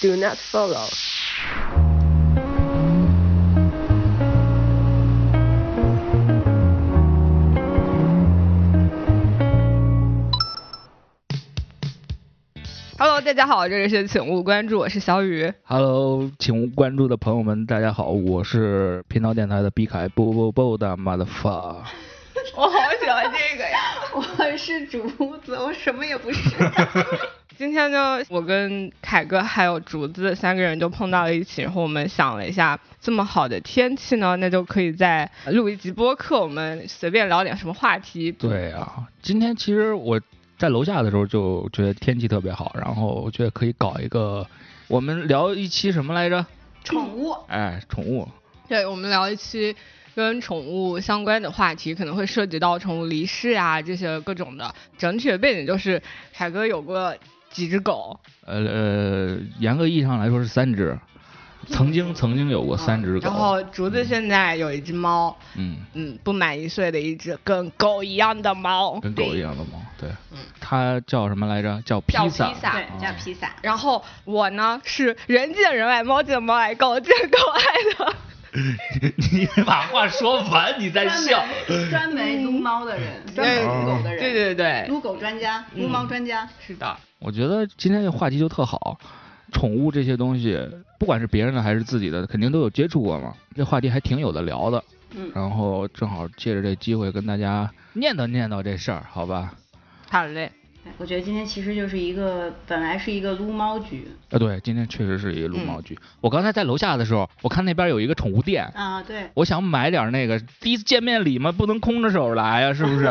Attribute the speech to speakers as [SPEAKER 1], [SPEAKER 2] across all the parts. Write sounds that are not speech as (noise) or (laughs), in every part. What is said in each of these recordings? [SPEAKER 1] do not follow.
[SPEAKER 2] Hello，大家好，这里是请勿关注，我是小雨。
[SPEAKER 3] Hello，请关注的朋友们，大家好，我是频道电台的毕凯，不不不的妈的发，
[SPEAKER 2] 我好喜欢这个呀！
[SPEAKER 4] 我是竹子，我什么也不是。 (laughs)
[SPEAKER 2] 今天呢，我跟凯哥还有竹子三个人就碰到了一起，然后我们想了一下，这么好的天气呢，那就可以再录一集播客，我们随便聊点什么话题。
[SPEAKER 3] 对啊，今天其实我在楼下的时候就觉得天气特别好，然后我觉得可以搞一个，我们聊一期什么来着？
[SPEAKER 4] 宠物，
[SPEAKER 3] 哎，宠物，
[SPEAKER 2] 对，我们聊一期跟宠物相关的话题，可能会涉及到宠物离世啊这些各种的。整体的背景就是凯哥有过几只狗，
[SPEAKER 3] 呃呃，严格意义上来说是三只，曾经曾经有过三只狗，
[SPEAKER 2] 嗯然后竹子现在有一只猫，
[SPEAKER 3] 嗯，
[SPEAKER 2] 嗯，不满一岁的一只跟狗一样的猫，
[SPEAKER 3] 跟狗一样的猫，对
[SPEAKER 4] 嗯，
[SPEAKER 3] 它叫什么来着？叫披
[SPEAKER 2] 叫
[SPEAKER 3] 萨，啊
[SPEAKER 2] 披萨
[SPEAKER 4] 对，叫披萨。
[SPEAKER 2] 然后我呢是人见人爱，猫见猫爱，狗见狗爱的。
[SPEAKER 3] (laughs) 你把话说完，你再
[SPEAKER 4] 专
[SPEAKER 3] 笑。
[SPEAKER 4] 门专门撸猫的人，专
[SPEAKER 2] 对
[SPEAKER 4] 门撸狗的人，
[SPEAKER 2] 对嗯对对，
[SPEAKER 4] 撸狗专家，撸猫专家。
[SPEAKER 2] 是的，
[SPEAKER 3] 我觉得今天这话题就特好，宠物这些东西，不管是别人的还是自己的，肯定都有接触过嘛。这话题还挺有的聊的，
[SPEAKER 4] 嗯，
[SPEAKER 3] 然后正好借着这机会跟大家念叨念叨这事儿，好吧？
[SPEAKER 2] 好嘞，
[SPEAKER 4] 哎我觉得今天其实就是一个本来是一个撸猫局
[SPEAKER 3] 啊，对，今天确实是一个撸猫局。我刚才在楼下的时候，我看那边有一个宠物店。
[SPEAKER 4] 啊，对，
[SPEAKER 3] 我想买点那个，第一次见面礼嘛，不能空着手来呀、是不是？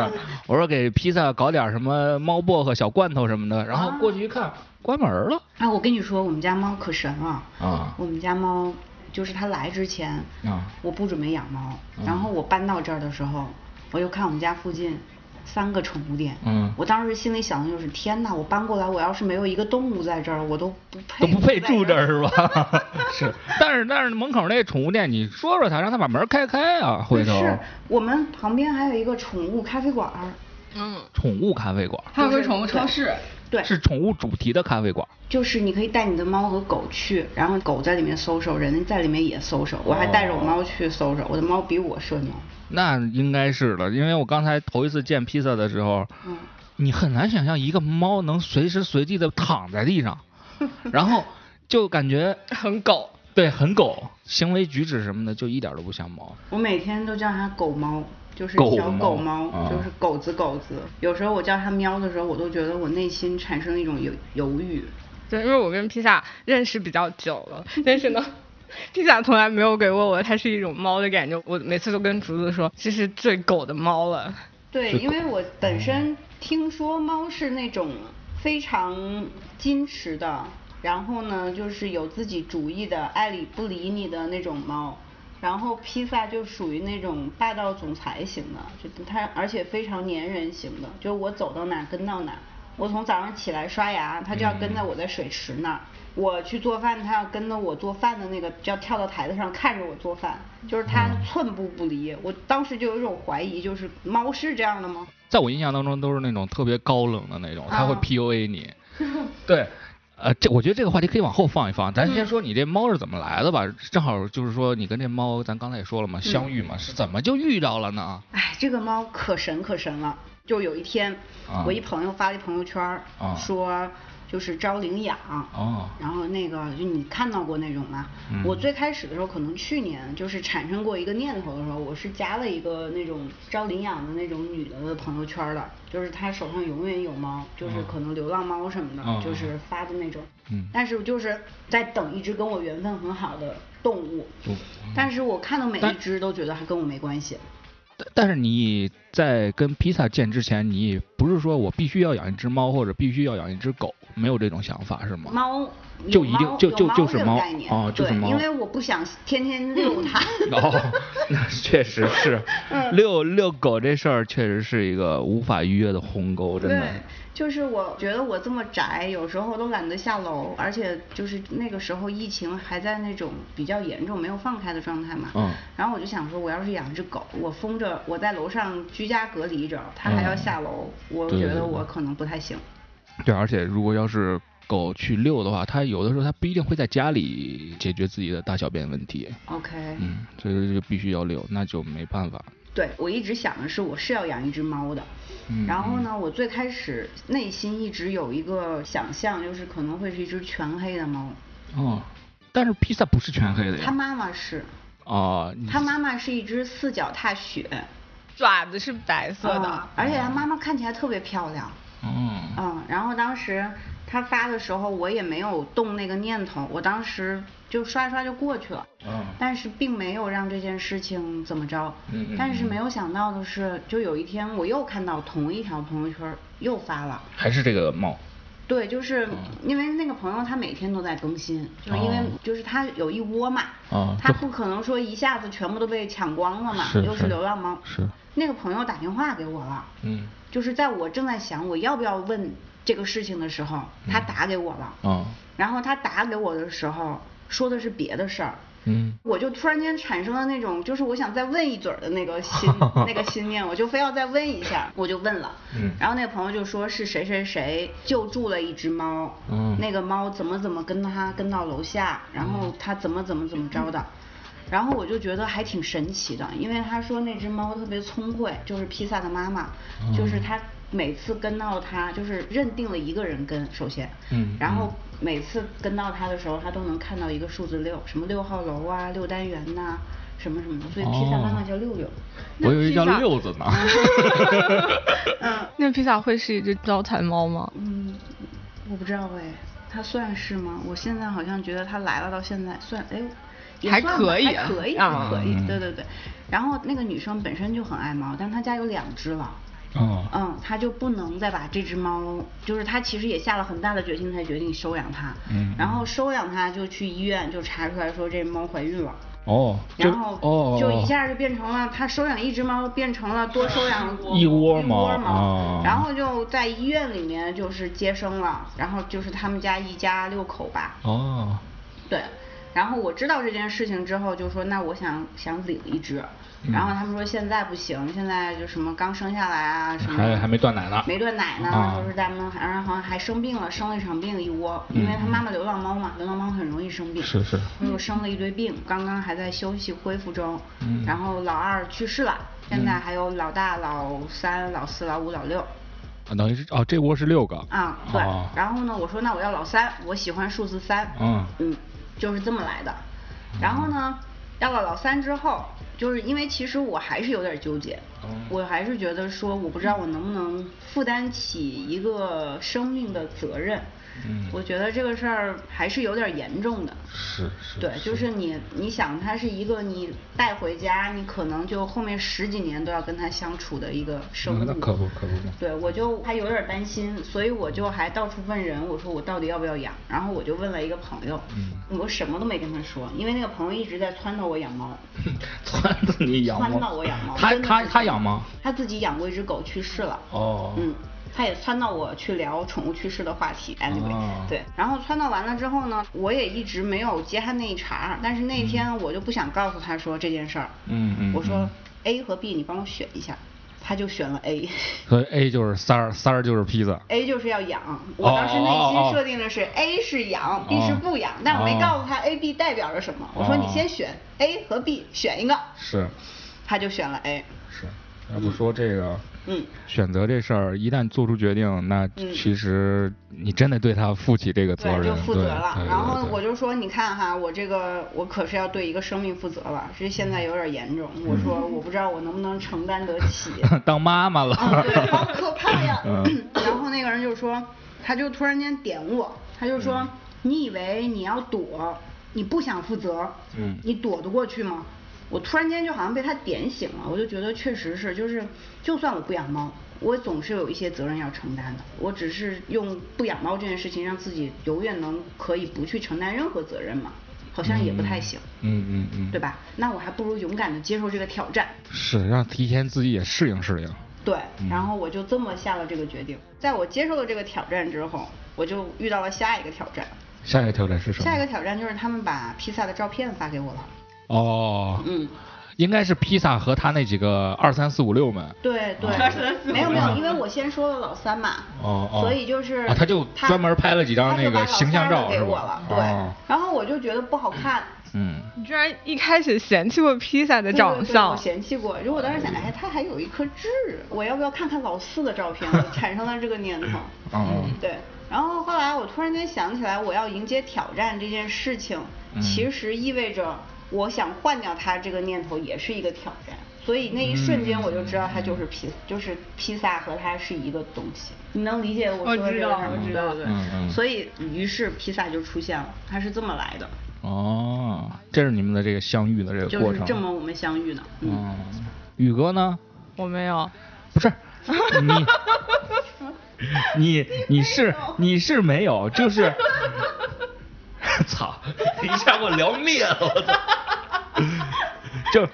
[SPEAKER 3] 我说给披萨搞点什么猫薄荷小罐头什么的，然后过去一看，关门了
[SPEAKER 4] 啊，我跟你说，我们家猫可神了，
[SPEAKER 3] 啊
[SPEAKER 4] 我们家猫就是它来之前，
[SPEAKER 3] 啊！
[SPEAKER 4] 我不准备养猫，
[SPEAKER 3] 嗯
[SPEAKER 4] 然后我搬到这儿的时候，我就看我们家附近三个宠物店，
[SPEAKER 3] 嗯
[SPEAKER 4] 我当时心里想的就是，天呐，我搬过来，我要是没有一个动物在这儿，我都不配
[SPEAKER 3] 都不配
[SPEAKER 4] 在
[SPEAKER 3] 住这儿是吧？ (laughs) 是，但是但是门口那宠物店，你说说他，让他把门开开啊，回头。
[SPEAKER 4] 是我们旁边还有一个宠物咖啡馆儿，
[SPEAKER 2] 嗯，
[SPEAKER 3] 宠物咖啡馆
[SPEAKER 2] 还有个宠物超市，
[SPEAKER 4] 对，
[SPEAKER 3] 是宠物主题的咖啡馆，
[SPEAKER 4] 就是你可以带你的猫和狗去，然后狗在里面搜手，人在里面也搜手。我还带
[SPEAKER 3] 哦
[SPEAKER 4] 着我猫去搜手，我的猫比我顺猫。
[SPEAKER 3] 那应该是的，因为我刚才头一次见披萨的时候，
[SPEAKER 4] 嗯，
[SPEAKER 3] 你很难想象一个猫能随时随地的躺在地上， (laughs) 然后就感觉
[SPEAKER 2] 很狗。
[SPEAKER 3] 对很狗，行为举止什么的就一点都不像猫。
[SPEAKER 4] 我每天都叫它狗猫，就是
[SPEAKER 3] 狗
[SPEAKER 4] 小
[SPEAKER 3] 猫
[SPEAKER 4] 狗猫，
[SPEAKER 3] 啊
[SPEAKER 4] 就是狗子狗子。有时候我叫它喵的时候，我都觉得我内心产生一种犹犹豫。
[SPEAKER 2] 对，因为我跟披萨认识比较久了，但是呢，披萨从来没有给过我它是一种猫的感觉。我每次都跟竹子说，这是最狗的猫了。
[SPEAKER 4] 对，因为我本身听说猫是那种非常矜持的，然后呢，就是有自己主意的，爱理不理你的那种猫。然后披萨就属于那种霸道总裁型的，就它而且非常粘人型的，就是我走到哪跟到哪。我从早上起来刷牙，它就要跟在我在水池那儿；我去做饭，它要跟着我做饭的那个，就要跳到台子上看着我做饭，就是它
[SPEAKER 3] 嗯
[SPEAKER 4] 寸步不离。我当时就有一种怀疑，就是猫是这样的吗？
[SPEAKER 3] 在我印象当中都是那种特别高冷的那种，他会
[SPEAKER 4] 啊
[SPEAKER 3] PUA 你。对，呃，这我觉得这个话题可以往后放一放，咱先说你这猫是怎么来的吧。正好就是说你跟这猫，咱刚才也说了嘛，相遇嘛，是怎么就遇到了呢？
[SPEAKER 4] 哎，这个猫可神可神了。就有一天，
[SPEAKER 3] 啊
[SPEAKER 4] 我一朋友发了一朋友圈儿，
[SPEAKER 3] 啊
[SPEAKER 4] 说就是招领养，
[SPEAKER 3] 哦
[SPEAKER 4] 然后那个就你看到过那种吗？
[SPEAKER 3] 嗯
[SPEAKER 4] 我最开始的时候，可能去年就是产生过一个念头的时候，我是加了一个那种招领养的那种女的的朋友圈儿的，就是她手上永远有猫，就是
[SPEAKER 3] 嗯
[SPEAKER 4] 可能流浪猫什么的，
[SPEAKER 3] 嗯
[SPEAKER 4] 就是发的那种。
[SPEAKER 3] 嗯
[SPEAKER 4] 但是我就是在等一只跟我缘分很好的动物，
[SPEAKER 3] 就
[SPEAKER 4] 但是我看到每一
[SPEAKER 3] 但
[SPEAKER 4] 只都觉得它跟我没关系。
[SPEAKER 3] 嗯但但是你在跟披萨见之前，你不是说我必须要养一只猫或者必须要养一只狗，没有这种想法是吗？
[SPEAKER 4] 猫有
[SPEAKER 3] 就一定
[SPEAKER 4] 猫
[SPEAKER 3] 就
[SPEAKER 4] 有
[SPEAKER 3] 就
[SPEAKER 4] 猫
[SPEAKER 3] 就是
[SPEAKER 4] 这个
[SPEAKER 3] 猫
[SPEAKER 4] 概念
[SPEAKER 3] 哦就是
[SPEAKER 4] 对
[SPEAKER 3] 猫
[SPEAKER 4] 因为我不想天天遛
[SPEAKER 3] (laughs)
[SPEAKER 4] 它。
[SPEAKER 3] 哦，那确实是，(laughs)
[SPEAKER 4] 嗯
[SPEAKER 3] 遛遛狗这事儿确实是一个无法逾越的鸿沟，真
[SPEAKER 4] 对
[SPEAKER 3] 的。，
[SPEAKER 4] 就是我觉得我这么宅，有时候都懒得下楼，而且就是那个时候疫情还在那种比较严重没有放开的状态嘛。
[SPEAKER 3] 嗯
[SPEAKER 4] 然后我就想说，我要是养只狗，我封着我在楼上居家隔离着，它还要
[SPEAKER 3] 嗯
[SPEAKER 4] 下楼，我
[SPEAKER 3] 对
[SPEAKER 4] 觉
[SPEAKER 3] 对
[SPEAKER 4] 得我
[SPEAKER 3] 对
[SPEAKER 4] 可能不太行。
[SPEAKER 3] 对，而且如果要是狗去遛的话，它有的时候它不一定会在家里解决自己的大小便问题，
[SPEAKER 4] OK，
[SPEAKER 3] 嗯，所以说这个必须要遛，那就没办法。
[SPEAKER 4] 对我一直想的是我是要养一只猫的。
[SPEAKER 3] 嗯
[SPEAKER 4] 然后呢，我最开始内心一直有一个想象，就是可能会是一只全黑的猫。
[SPEAKER 3] 哦，但是披萨不是全黑的呀。
[SPEAKER 4] 它妈妈是，
[SPEAKER 3] 哦，你
[SPEAKER 4] 它妈妈是一只四脚踏雪，
[SPEAKER 2] 爪子是白色的，
[SPEAKER 4] 嗯而且它妈妈看起来特别漂亮。
[SPEAKER 3] 哦，
[SPEAKER 4] 嗯，然后当时他发的时候，我也没有动那个念头，我当时就刷刷就过去了。
[SPEAKER 3] 嗯
[SPEAKER 4] 但是并没有让这件事情怎么着。
[SPEAKER 3] 嗯嗯
[SPEAKER 4] 但是
[SPEAKER 3] 嗯
[SPEAKER 4] 没有想到的是，就有一天我又看到同一条朋友圈儿又发了。
[SPEAKER 3] 还是这个猫。
[SPEAKER 4] 对，就是因为那个朋友他每天都在更新，就是因为
[SPEAKER 3] 嗯哦
[SPEAKER 4] 就是他有一窝嘛，
[SPEAKER 3] 哦
[SPEAKER 4] 他
[SPEAKER 3] 就
[SPEAKER 4] 不可能说一下子全部都被抢光了嘛，
[SPEAKER 3] 是
[SPEAKER 4] 又
[SPEAKER 3] 是
[SPEAKER 4] 是流浪猫。
[SPEAKER 3] 是
[SPEAKER 4] 那个朋友打电话给我了，
[SPEAKER 3] 嗯
[SPEAKER 4] 就是在我正在想我要不要问这个事情的时候，他
[SPEAKER 3] 嗯
[SPEAKER 4] 打给我了。
[SPEAKER 3] 哦
[SPEAKER 4] 然后他打给我的时候说的是别的事儿。
[SPEAKER 3] 嗯
[SPEAKER 4] 我就突然间产生了那种，就是我想再问一嘴儿的那个心，
[SPEAKER 3] (laughs)
[SPEAKER 4] 那个心念，我就非要再问一下，我就问了。
[SPEAKER 3] 嗯
[SPEAKER 4] 然后那个朋友就说是谁谁谁救助了一只猫，
[SPEAKER 3] 嗯
[SPEAKER 4] 那个猫怎么怎么跟他跟到楼下，然后他怎么怎么怎么着的。然后我就觉得还挺神奇的，因为他说那只猫特别聪慧，就是披萨的妈妈，就是
[SPEAKER 3] 嗯
[SPEAKER 4] 他每次跟到他，就是认定了一个人跟，首先，
[SPEAKER 3] 嗯
[SPEAKER 4] 然后
[SPEAKER 3] 嗯
[SPEAKER 4] 每次跟到他的时候，他都能看到一个数字六，什么六号楼啊、六单元呐、什么什么的，所以披萨妈妈
[SPEAKER 3] 哦
[SPEAKER 4] 叫六六。
[SPEAKER 3] 我以为叫
[SPEAKER 2] 披萨
[SPEAKER 3] 六子
[SPEAKER 4] (laughs)
[SPEAKER 3] 呢。 (laughs)
[SPEAKER 2] (laughs)
[SPEAKER 4] 嗯
[SPEAKER 2] 那披萨会是一只招财猫吗？
[SPEAKER 4] 嗯，我不知道哎，它算是吗？我现在好像觉得它来了到现在算哎。也
[SPEAKER 2] 还
[SPEAKER 4] 算吧
[SPEAKER 2] 可以
[SPEAKER 4] 还可以，
[SPEAKER 2] 啊
[SPEAKER 4] 还可以
[SPEAKER 3] 嗯，
[SPEAKER 4] 对对对。然后那个女生本身就很爱猫，但她家有两只了，
[SPEAKER 3] 哦，
[SPEAKER 4] 嗯，她就不能再把这只猫，就是她其实也下了很大的决心才决定收养它，
[SPEAKER 3] 嗯
[SPEAKER 4] 然后收养它就去医院就查出来说这猫怀孕了，
[SPEAKER 3] 哦，就
[SPEAKER 4] 然后
[SPEAKER 3] 哦，
[SPEAKER 4] 就一下就变成了他收养一只猫，变成了多收养
[SPEAKER 3] 一窝
[SPEAKER 4] 窝
[SPEAKER 3] 猫哦
[SPEAKER 4] 猫，然后就在医院里面就是接生了，然后就是他们家一家六口吧，
[SPEAKER 3] 哦，
[SPEAKER 4] 对。然后我知道这件事情之后，就说那我想想领一只，
[SPEAKER 3] 嗯
[SPEAKER 4] 然后他们说现在不行，现在就什么刚生下来啊什么，
[SPEAKER 3] 还还没断奶呢
[SPEAKER 4] 没断奶
[SPEAKER 3] 啊
[SPEAKER 4] 呢，就是咱们好像好像还生病了，生了一场病一窝，因为他妈妈流浪猫嘛，流浪猫很容易生病，
[SPEAKER 3] 嗯是是
[SPEAKER 4] 又生了一堆病，刚刚还在休息恢复中，
[SPEAKER 3] 嗯
[SPEAKER 4] 然后老二去世了，现在还有老大、老三、老四、老五、老六，
[SPEAKER 3] 啊等于是哦，这窝是六个
[SPEAKER 4] 啊，对
[SPEAKER 3] 哦，
[SPEAKER 4] 然后呢，我说那我要老三，我喜欢数字三，
[SPEAKER 3] 嗯
[SPEAKER 4] 就是这么来的。然后呢，要了老三之后，就是因为其实我还是有点纠结，
[SPEAKER 3] 嗯
[SPEAKER 4] 我还是觉得说我不知道我能不能负担起一个生命的责任，
[SPEAKER 3] 嗯
[SPEAKER 4] 我觉得这个事儿还是有点严重的，
[SPEAKER 3] 是是
[SPEAKER 4] 对，就是你，你想，它是一个你带回家，你可能就后面十几年都要跟它相处的一个生
[SPEAKER 3] 嗯
[SPEAKER 4] 物。
[SPEAKER 3] 那可不可不嘛
[SPEAKER 4] 对，我就还有点担心，所以我就还到处问人，我说我到底要不要养？然后我就问了一个朋友，
[SPEAKER 3] 嗯
[SPEAKER 4] 我什么都没跟他说，因为那个朋友一直在撺掇我养猫。
[SPEAKER 3] (laughs) 撺掇你养
[SPEAKER 4] 撺
[SPEAKER 3] 猫
[SPEAKER 4] 掇我养猫。
[SPEAKER 3] 他
[SPEAKER 4] 真的
[SPEAKER 3] 他
[SPEAKER 4] 是
[SPEAKER 3] 他养吗？
[SPEAKER 4] 他自己养过一只狗，去世了。
[SPEAKER 3] 哦
[SPEAKER 4] 嗯，他也撺掇我去聊宠物去世的话题。Anyway，、
[SPEAKER 3] 哦
[SPEAKER 4] 对，然后撺掇完了之后呢，我也一直没有接他那一茬儿，但是那天我就不想告诉他说这件事儿。
[SPEAKER 3] 嗯嗯
[SPEAKER 4] 我说
[SPEAKER 3] 嗯
[SPEAKER 4] A 和 B，你帮我选一下，他就选了 A。 (laughs)
[SPEAKER 3] 所以 A 就是三儿，三儿就是披萨。
[SPEAKER 4] A 就是要
[SPEAKER 3] 哦
[SPEAKER 4] 养，我当时内心设定的是 A 是养，B 是不养，但我
[SPEAKER 3] 哦
[SPEAKER 4] 没告诉他 A、B 代表着什么。我说你先选 A 和 B，选一个，
[SPEAKER 3] 是
[SPEAKER 4] 他就选了 A。
[SPEAKER 3] 是，要不说这个。
[SPEAKER 4] 嗯，
[SPEAKER 3] 选择这事儿，一旦做出决定，那
[SPEAKER 4] 嗯
[SPEAKER 3] 其实你真得对他负起这个责任，
[SPEAKER 4] 对，就负责
[SPEAKER 3] 对
[SPEAKER 4] 了
[SPEAKER 3] 对。
[SPEAKER 4] 然后
[SPEAKER 3] 对
[SPEAKER 4] 我就说，你看哈，我这个我可是要对一个生命负责了，这现在有点严重。我
[SPEAKER 3] 嗯
[SPEAKER 4] 说我不知道我能不能承担得
[SPEAKER 3] (laughs)
[SPEAKER 4] 起。
[SPEAKER 3] 当妈妈了。
[SPEAKER 4] 啊，对，
[SPEAKER 3] (laughs)
[SPEAKER 4] 好可怕呀！
[SPEAKER 3] 嗯 (laughs)
[SPEAKER 4] 然后那个人就说，他就突然间点我，他就说，
[SPEAKER 3] 嗯
[SPEAKER 4] 你以为你要躲，你不想负责，
[SPEAKER 3] 嗯
[SPEAKER 4] 你躲得过去吗？我突然间就好像被他点醒了，我就觉得确实是，就是就算我不养猫，我总是有一些责任要承担的。我只是用不养猫这件事情，让自己永远能可以不去承担任何责任嘛，好像也不太行，
[SPEAKER 3] 嗯嗯嗯，
[SPEAKER 4] 对？吧？那我还不如勇敢的接受这个挑战。
[SPEAKER 3] 是让提前自己也适应适应。
[SPEAKER 4] 对
[SPEAKER 3] 嗯，
[SPEAKER 4] 然后我就这么下了这个决定。在我接受了这个挑战之后，我就遇到了下一个挑战。
[SPEAKER 3] 下一个挑战是什么？
[SPEAKER 4] 下一个挑战就是他们把披萨的照片发给我了。
[SPEAKER 3] 哦，
[SPEAKER 4] 嗯，
[SPEAKER 3] 应该是披萨和他那几个二三四五六们。
[SPEAKER 4] 对对
[SPEAKER 3] 啊
[SPEAKER 2] 24
[SPEAKER 4] 没有没有，因为我先说了老三嘛，
[SPEAKER 3] 哦哦
[SPEAKER 4] 所以就是
[SPEAKER 3] 啊他就专门拍了几张
[SPEAKER 4] 他就
[SPEAKER 3] 那个
[SPEAKER 4] 把老
[SPEAKER 3] 形象
[SPEAKER 4] 三儿
[SPEAKER 3] 照
[SPEAKER 4] 给
[SPEAKER 3] 是
[SPEAKER 4] 我
[SPEAKER 3] 吧
[SPEAKER 4] 了，对
[SPEAKER 3] 哦，
[SPEAKER 4] 然后我就觉得不好看，
[SPEAKER 3] 嗯，
[SPEAKER 2] 你居然一开始嫌弃过披萨的
[SPEAKER 4] 对
[SPEAKER 2] 长
[SPEAKER 4] 对对我
[SPEAKER 2] 相，
[SPEAKER 4] 嫌弃过。如果当时想，哎，他还有一颗痣，我要不要看看老四的照片？
[SPEAKER 2] (laughs)
[SPEAKER 4] 我产生了这个念头。
[SPEAKER 3] 嗯
[SPEAKER 4] 对。然后后来我突然间想起来，我要迎接挑战这件事情，
[SPEAKER 3] 嗯
[SPEAKER 4] 其实意味着我想换掉他这个念头也是一个挑战。所以那一瞬
[SPEAKER 3] 嗯
[SPEAKER 4] 间我就知道他就是披，就是披萨和他是一个东西。你能理解我
[SPEAKER 2] 我
[SPEAKER 4] 说的
[SPEAKER 2] 知
[SPEAKER 4] 这个
[SPEAKER 2] 道
[SPEAKER 4] 什
[SPEAKER 2] 我
[SPEAKER 4] 么
[SPEAKER 2] 知
[SPEAKER 4] 吗
[SPEAKER 2] 道对
[SPEAKER 3] 嗯嗯
[SPEAKER 4] 所以于是披萨就出现了，它是这么来的，
[SPEAKER 3] 哦，这是你们的这个相遇的这个
[SPEAKER 4] 就
[SPEAKER 3] 过
[SPEAKER 4] 是
[SPEAKER 3] 程。
[SPEAKER 4] 这么我们相遇的。嗯
[SPEAKER 3] 嗯，宇哥呢？
[SPEAKER 2] 我没有。
[SPEAKER 3] 不是你，你你是你是没有，就是，操，一下给我聊灭了，我操，就。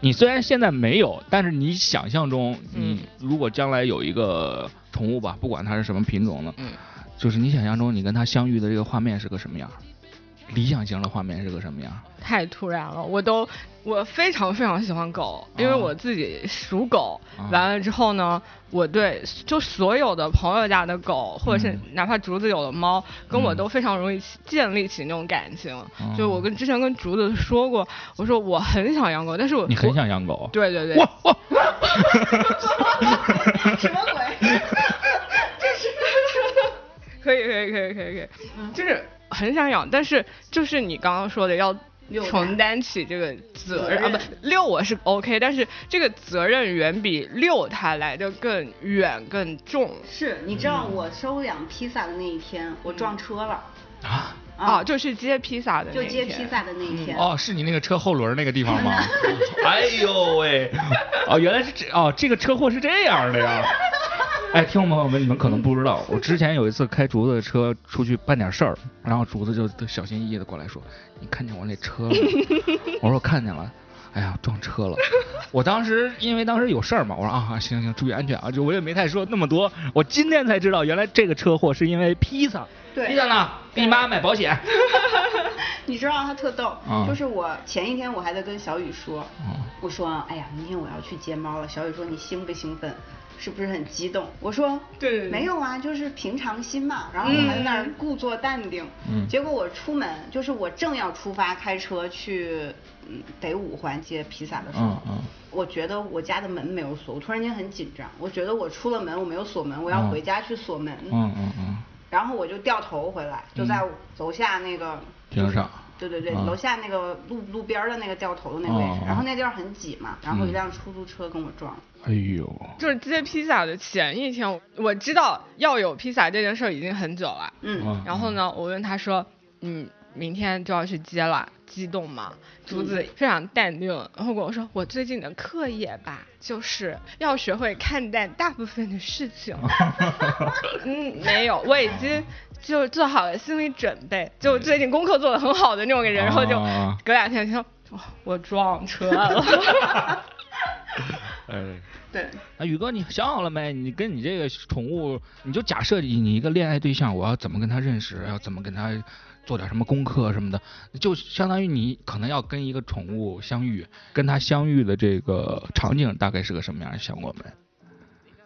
[SPEAKER 3] 你虽然现在没有，但是你想象中，你如果将来有一个宠物吧，不管它是什么品种的，
[SPEAKER 2] 嗯
[SPEAKER 3] 就是你想象中你跟它相遇的这个画面是个什么样儿，理想型的画面是个什么样儿？
[SPEAKER 2] 太突然了，我都我非常非常喜欢狗，因为
[SPEAKER 3] 啊
[SPEAKER 2] 我自己属狗。
[SPEAKER 3] 啊
[SPEAKER 2] 完了之后呢，我对就所有的朋友家的狗，或者是
[SPEAKER 3] 嗯
[SPEAKER 2] 哪怕竹子有的猫，跟我
[SPEAKER 3] 嗯
[SPEAKER 2] 都非常容易起建立起那种感情。
[SPEAKER 3] 哦
[SPEAKER 2] 就我跟之前跟竹子说过，我说我很想养狗，但是我
[SPEAKER 3] 你很
[SPEAKER 2] 我
[SPEAKER 3] 想养狗？
[SPEAKER 2] 对对对，
[SPEAKER 3] 哇哇，
[SPEAKER 4] (laughs) 什么鬼？
[SPEAKER 3] (laughs)
[SPEAKER 2] 可以可以可以可以可以，
[SPEAKER 4] 嗯
[SPEAKER 2] 就是很想养，但是就是你刚刚说的要
[SPEAKER 4] 遛它
[SPEAKER 2] 承担起这个责任
[SPEAKER 4] 责
[SPEAKER 2] 啊，
[SPEAKER 4] 任
[SPEAKER 2] 不遛我是 OK，但是这个责任远比遛它来的更远更重
[SPEAKER 4] 是你知道我收养披萨的那一天，我撞车了。
[SPEAKER 3] 啊！
[SPEAKER 2] 啊，就是接披萨的那
[SPEAKER 4] 就
[SPEAKER 2] 一
[SPEAKER 4] 接
[SPEAKER 2] 天
[SPEAKER 4] 披萨的那一天。
[SPEAKER 3] 哦，是你那个车后轮儿那个地方吗？ (laughs) 哎呦喂！哦，原来是这哦，这个车祸是这样的 (laughs) 呀。哎，听众朋友们，你们可能不知道，我之前有一次开竹子的车出去办点事儿，然后竹子就都小心翼翼的过来说：“你看见我那车了 (laughs) 吗？”我说：“看见了。”哎呀，撞车了！我当时因为当时有事儿嘛，我说啊，行行，注意安全啊，就我也没太说那么多。我今天才知道，原来这个车祸是因为披萨。
[SPEAKER 4] 对
[SPEAKER 3] 披萨呢？给你妈买保
[SPEAKER 4] (laughs)
[SPEAKER 3] 险。
[SPEAKER 4] 你知道他特逗，
[SPEAKER 3] 嗯
[SPEAKER 4] 就是我前一天我还在跟小雨说，
[SPEAKER 3] 嗯
[SPEAKER 4] 我说哎呀，明天我要去接猫了。小雨说你兴不兴奋？是不是很激动？我说
[SPEAKER 2] 对对对
[SPEAKER 4] 没有啊，就是平常心嘛。然后我还在那儿故作淡定。
[SPEAKER 3] 嗯
[SPEAKER 4] 结果我出门，就是我正要出发开车去嗯北五环接披萨的时候，
[SPEAKER 3] 嗯嗯
[SPEAKER 4] 我觉得我家的门没有锁，我突然间很紧张。我觉得我出了门我没有锁门，我要
[SPEAKER 3] 嗯
[SPEAKER 4] 回家去锁门。
[SPEAKER 3] 嗯嗯嗯。
[SPEAKER 4] 然后我就掉头回来，就在楼下那个
[SPEAKER 3] 停车场
[SPEAKER 4] 对对对，
[SPEAKER 3] 啊
[SPEAKER 4] 楼下那个路路边儿的那个掉头的那个位置
[SPEAKER 3] 哦，哦
[SPEAKER 4] 然后那地儿很挤嘛，然后
[SPEAKER 3] 嗯
[SPEAKER 4] 一辆出租车跟我撞了。
[SPEAKER 3] 哎呦，
[SPEAKER 2] 就是接披萨的前一天，我知道要有披萨这件事儿已经很久了。
[SPEAKER 4] 嗯，
[SPEAKER 3] 嗯
[SPEAKER 2] 然后呢，我问他说：“嗯，明天就要去接了，激动吗？”竹子
[SPEAKER 3] 嗯
[SPEAKER 2] 非常淡定，然后跟我说：“我最近的课业吧，就是要学会看淡大部分的事
[SPEAKER 3] (laughs)
[SPEAKER 2] 情。”嗯，没有，我已经就做好了心理准备，就最近功课做得很好的那种人，然后就
[SPEAKER 3] 啊
[SPEAKER 2] (laughs) 隔两天听到。哦我撞车了，
[SPEAKER 3] (laughs) 哎，
[SPEAKER 4] 对，
[SPEAKER 3] 啊，宇哥，你想好了没？你跟你这个宠物，你就假设你你一个恋爱对象，我要怎么跟他认识，要怎么跟他做点什么功课什么的，就相当于你可能要跟一个宠物相遇，跟他相遇的这个场景大概是个什么样？想过没？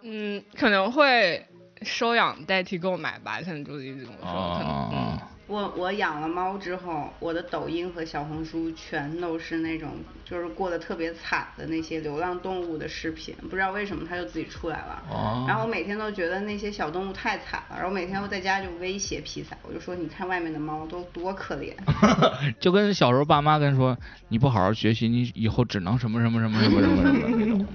[SPEAKER 2] 嗯，可能会收养代替购买吧，像竹子一直跟我说，可
[SPEAKER 3] 哦啊
[SPEAKER 2] 能，嗯，
[SPEAKER 4] 我我养了猫之后，我的抖音和小红书全都是那种就是过得特别惨的那些流浪动物的视频，不知道为什么它就自己出来了。
[SPEAKER 3] 哦
[SPEAKER 4] 然后我每天都觉得那些小动物太惨了，然后每天我在家就威胁披萨，我就说你看外面的猫都多可怜。
[SPEAKER 3] (laughs) 就跟小时候爸妈跟说，你不好好学习，你以后只能什么什么什么什么什么什么那
[SPEAKER 2] (laughs)
[SPEAKER 3] 种的。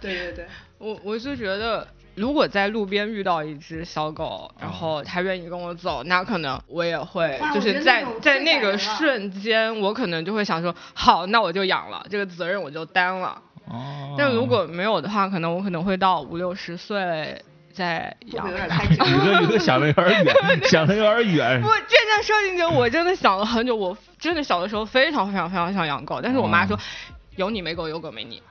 [SPEAKER 3] 对
[SPEAKER 4] 对对对。
[SPEAKER 2] 我我就觉得，如果在路边遇到一只小
[SPEAKER 3] 哦
[SPEAKER 2] 狗，然后它愿意跟我走，那可能我也会
[SPEAKER 4] 哇，
[SPEAKER 2] 就
[SPEAKER 4] 我觉
[SPEAKER 2] 是
[SPEAKER 4] 得
[SPEAKER 2] 在
[SPEAKER 4] 那种
[SPEAKER 2] 在
[SPEAKER 4] 最
[SPEAKER 2] 那
[SPEAKER 4] 感
[SPEAKER 2] 个
[SPEAKER 4] 人了
[SPEAKER 2] 瞬间，我可能就会想说，好，那我就养了，这个责任我就担了。
[SPEAKER 3] 哦。
[SPEAKER 2] 但如果没有的话，可能我可能会到五六十岁再
[SPEAKER 4] 会不
[SPEAKER 2] 养
[SPEAKER 4] 会有。点
[SPEAKER 2] 不， (laughs)
[SPEAKER 4] 太
[SPEAKER 3] (laughs) (laughs)
[SPEAKER 4] 久？
[SPEAKER 3] 宇哥，宇哥想的有点远，想的有点远。
[SPEAKER 2] 这件事情就我真的想了很久，我真的小的时候非常非常非常想养狗，但是我妈
[SPEAKER 3] 哦
[SPEAKER 2] 说。有你没狗，有狗没你。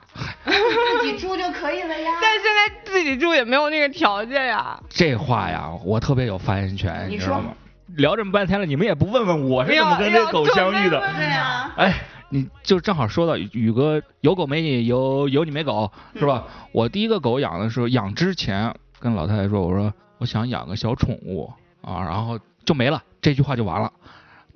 [SPEAKER 4] 自己住就可以了呀。
[SPEAKER 2] 但是现在自己住也没有那个条件呀。
[SPEAKER 3] 这话呀，我特别有发言权，
[SPEAKER 4] 你
[SPEAKER 3] 知道
[SPEAKER 4] 说
[SPEAKER 3] 吗？聊这么半天了，你们也不问问我是
[SPEAKER 2] 哎
[SPEAKER 3] 怎
[SPEAKER 2] 呀
[SPEAKER 3] 么跟这狗相遇的？
[SPEAKER 2] 哎呀
[SPEAKER 4] 对啊，
[SPEAKER 3] 哎，你就正好说到宇哥有狗没你，有有你没狗，
[SPEAKER 2] 嗯
[SPEAKER 3] 是吧？我第一个狗养的时候，养之前跟老太太说，我说我想养个小宠物啊，然后就没了，这句话就完了。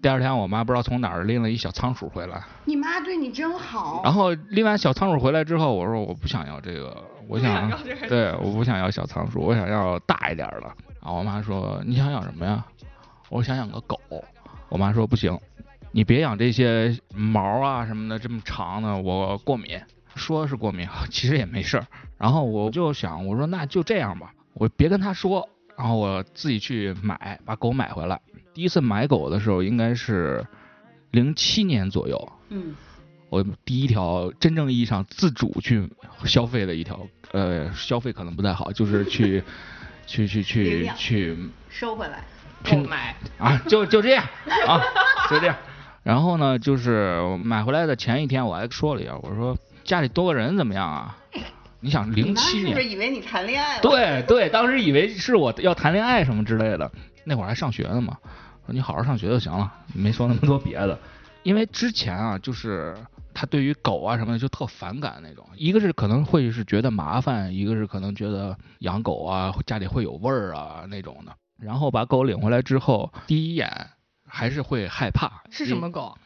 [SPEAKER 3] 第二天，我妈不知道从哪儿拎了一小仓鼠回来，
[SPEAKER 4] 你妈对你真好。
[SPEAKER 3] 然后拎完小仓鼠回来之后，我说我不想要这个，我
[SPEAKER 2] (laughs)
[SPEAKER 3] 想啊
[SPEAKER 2] 不想要这个
[SPEAKER 3] 对，我不想要小仓鼠，我想要大一点儿的。然后我妈说你想养什么呀？我想养个狗。我妈说不行，你别养这些毛啊什么的这么长的，我过敏。说是过敏， (laughs) 其实也没事儿。然后我就想，我说那就这样吧，我别跟他说，然后我自己去买，把狗买回来。第一次买狗的时候应该是零七年左右，
[SPEAKER 4] 嗯，
[SPEAKER 3] 我第一条真正意义上自主去消费的一条，呃，消费可能不太好，就是去去去
[SPEAKER 4] 领
[SPEAKER 3] 去
[SPEAKER 4] 养
[SPEAKER 3] 去
[SPEAKER 4] 收回来。
[SPEAKER 2] 购买，
[SPEAKER 3] 啊，就就这样啊，就这样。然后呢，就是买回来的前一天，我还说了一下，我说家里多个人怎么样啊？你想
[SPEAKER 4] 你
[SPEAKER 3] 零
[SPEAKER 4] 妈
[SPEAKER 3] 七
[SPEAKER 4] 是不是
[SPEAKER 3] 年，
[SPEAKER 4] 以为你谈恋 (laughs) 爱了？
[SPEAKER 3] 对对，当时以为是我要谈恋爱什么之类的，那会儿还上学呢嘛，说你好好上学就行了，没说那么多别的。因为之前啊，就是他对于狗啊什么的就特反感那种，一个是可能会是觉得麻烦，一个是可能觉得养狗啊家里会有味儿啊那种的。然后把狗领回来之后，第一眼还是会害怕。
[SPEAKER 2] 是什么狗？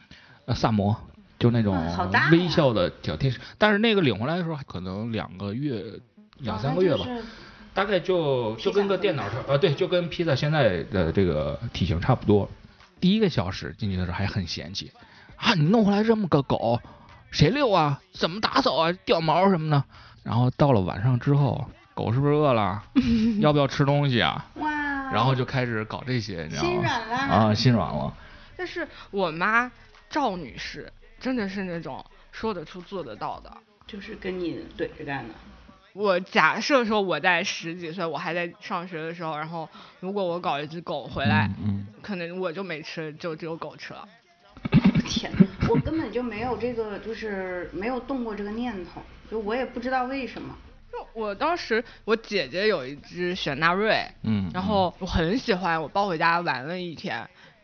[SPEAKER 3] 呃，萨摩，就那种
[SPEAKER 4] 哇好大呀
[SPEAKER 3] 微笑的小天使。但是那个领回来的时候，可能两个月、两三个月吧，
[SPEAKER 4] 啊那就是
[SPEAKER 3] 大概就
[SPEAKER 4] 披萨
[SPEAKER 3] 就跟个电脑差，呃，对，就跟披萨现在的这个体型差不多。第一个小时进去的时候还很嫌弃，啊，你弄回来这么个狗，谁遛啊？怎么打扫啊？掉毛什么的。然后到了晚上之后，狗是不是饿了？要不要吃东西啊？
[SPEAKER 4] 哇，
[SPEAKER 3] 然后就开始搞这些，你知道吗？
[SPEAKER 4] 心软啦
[SPEAKER 3] 啊，心软了。
[SPEAKER 2] 但是我妈赵女士真的是那种说得出做得到的。
[SPEAKER 4] 就是跟你怼着干的。
[SPEAKER 2] 我假设说我在十几岁，我还在上学的时候，然后如果我搞一只狗回来，
[SPEAKER 3] 嗯
[SPEAKER 2] 可能我就没吃，就只有狗吃了。
[SPEAKER 4] (laughs) 天
[SPEAKER 3] (laughs)
[SPEAKER 4] 呐，我根本就没有这个，就是没有动过这个念头，就我也不知道为什么。
[SPEAKER 2] 就我当时，我姐姐有一只雪纳瑞，
[SPEAKER 3] 嗯
[SPEAKER 2] 然后我很喜欢，我抱回家玩了一天，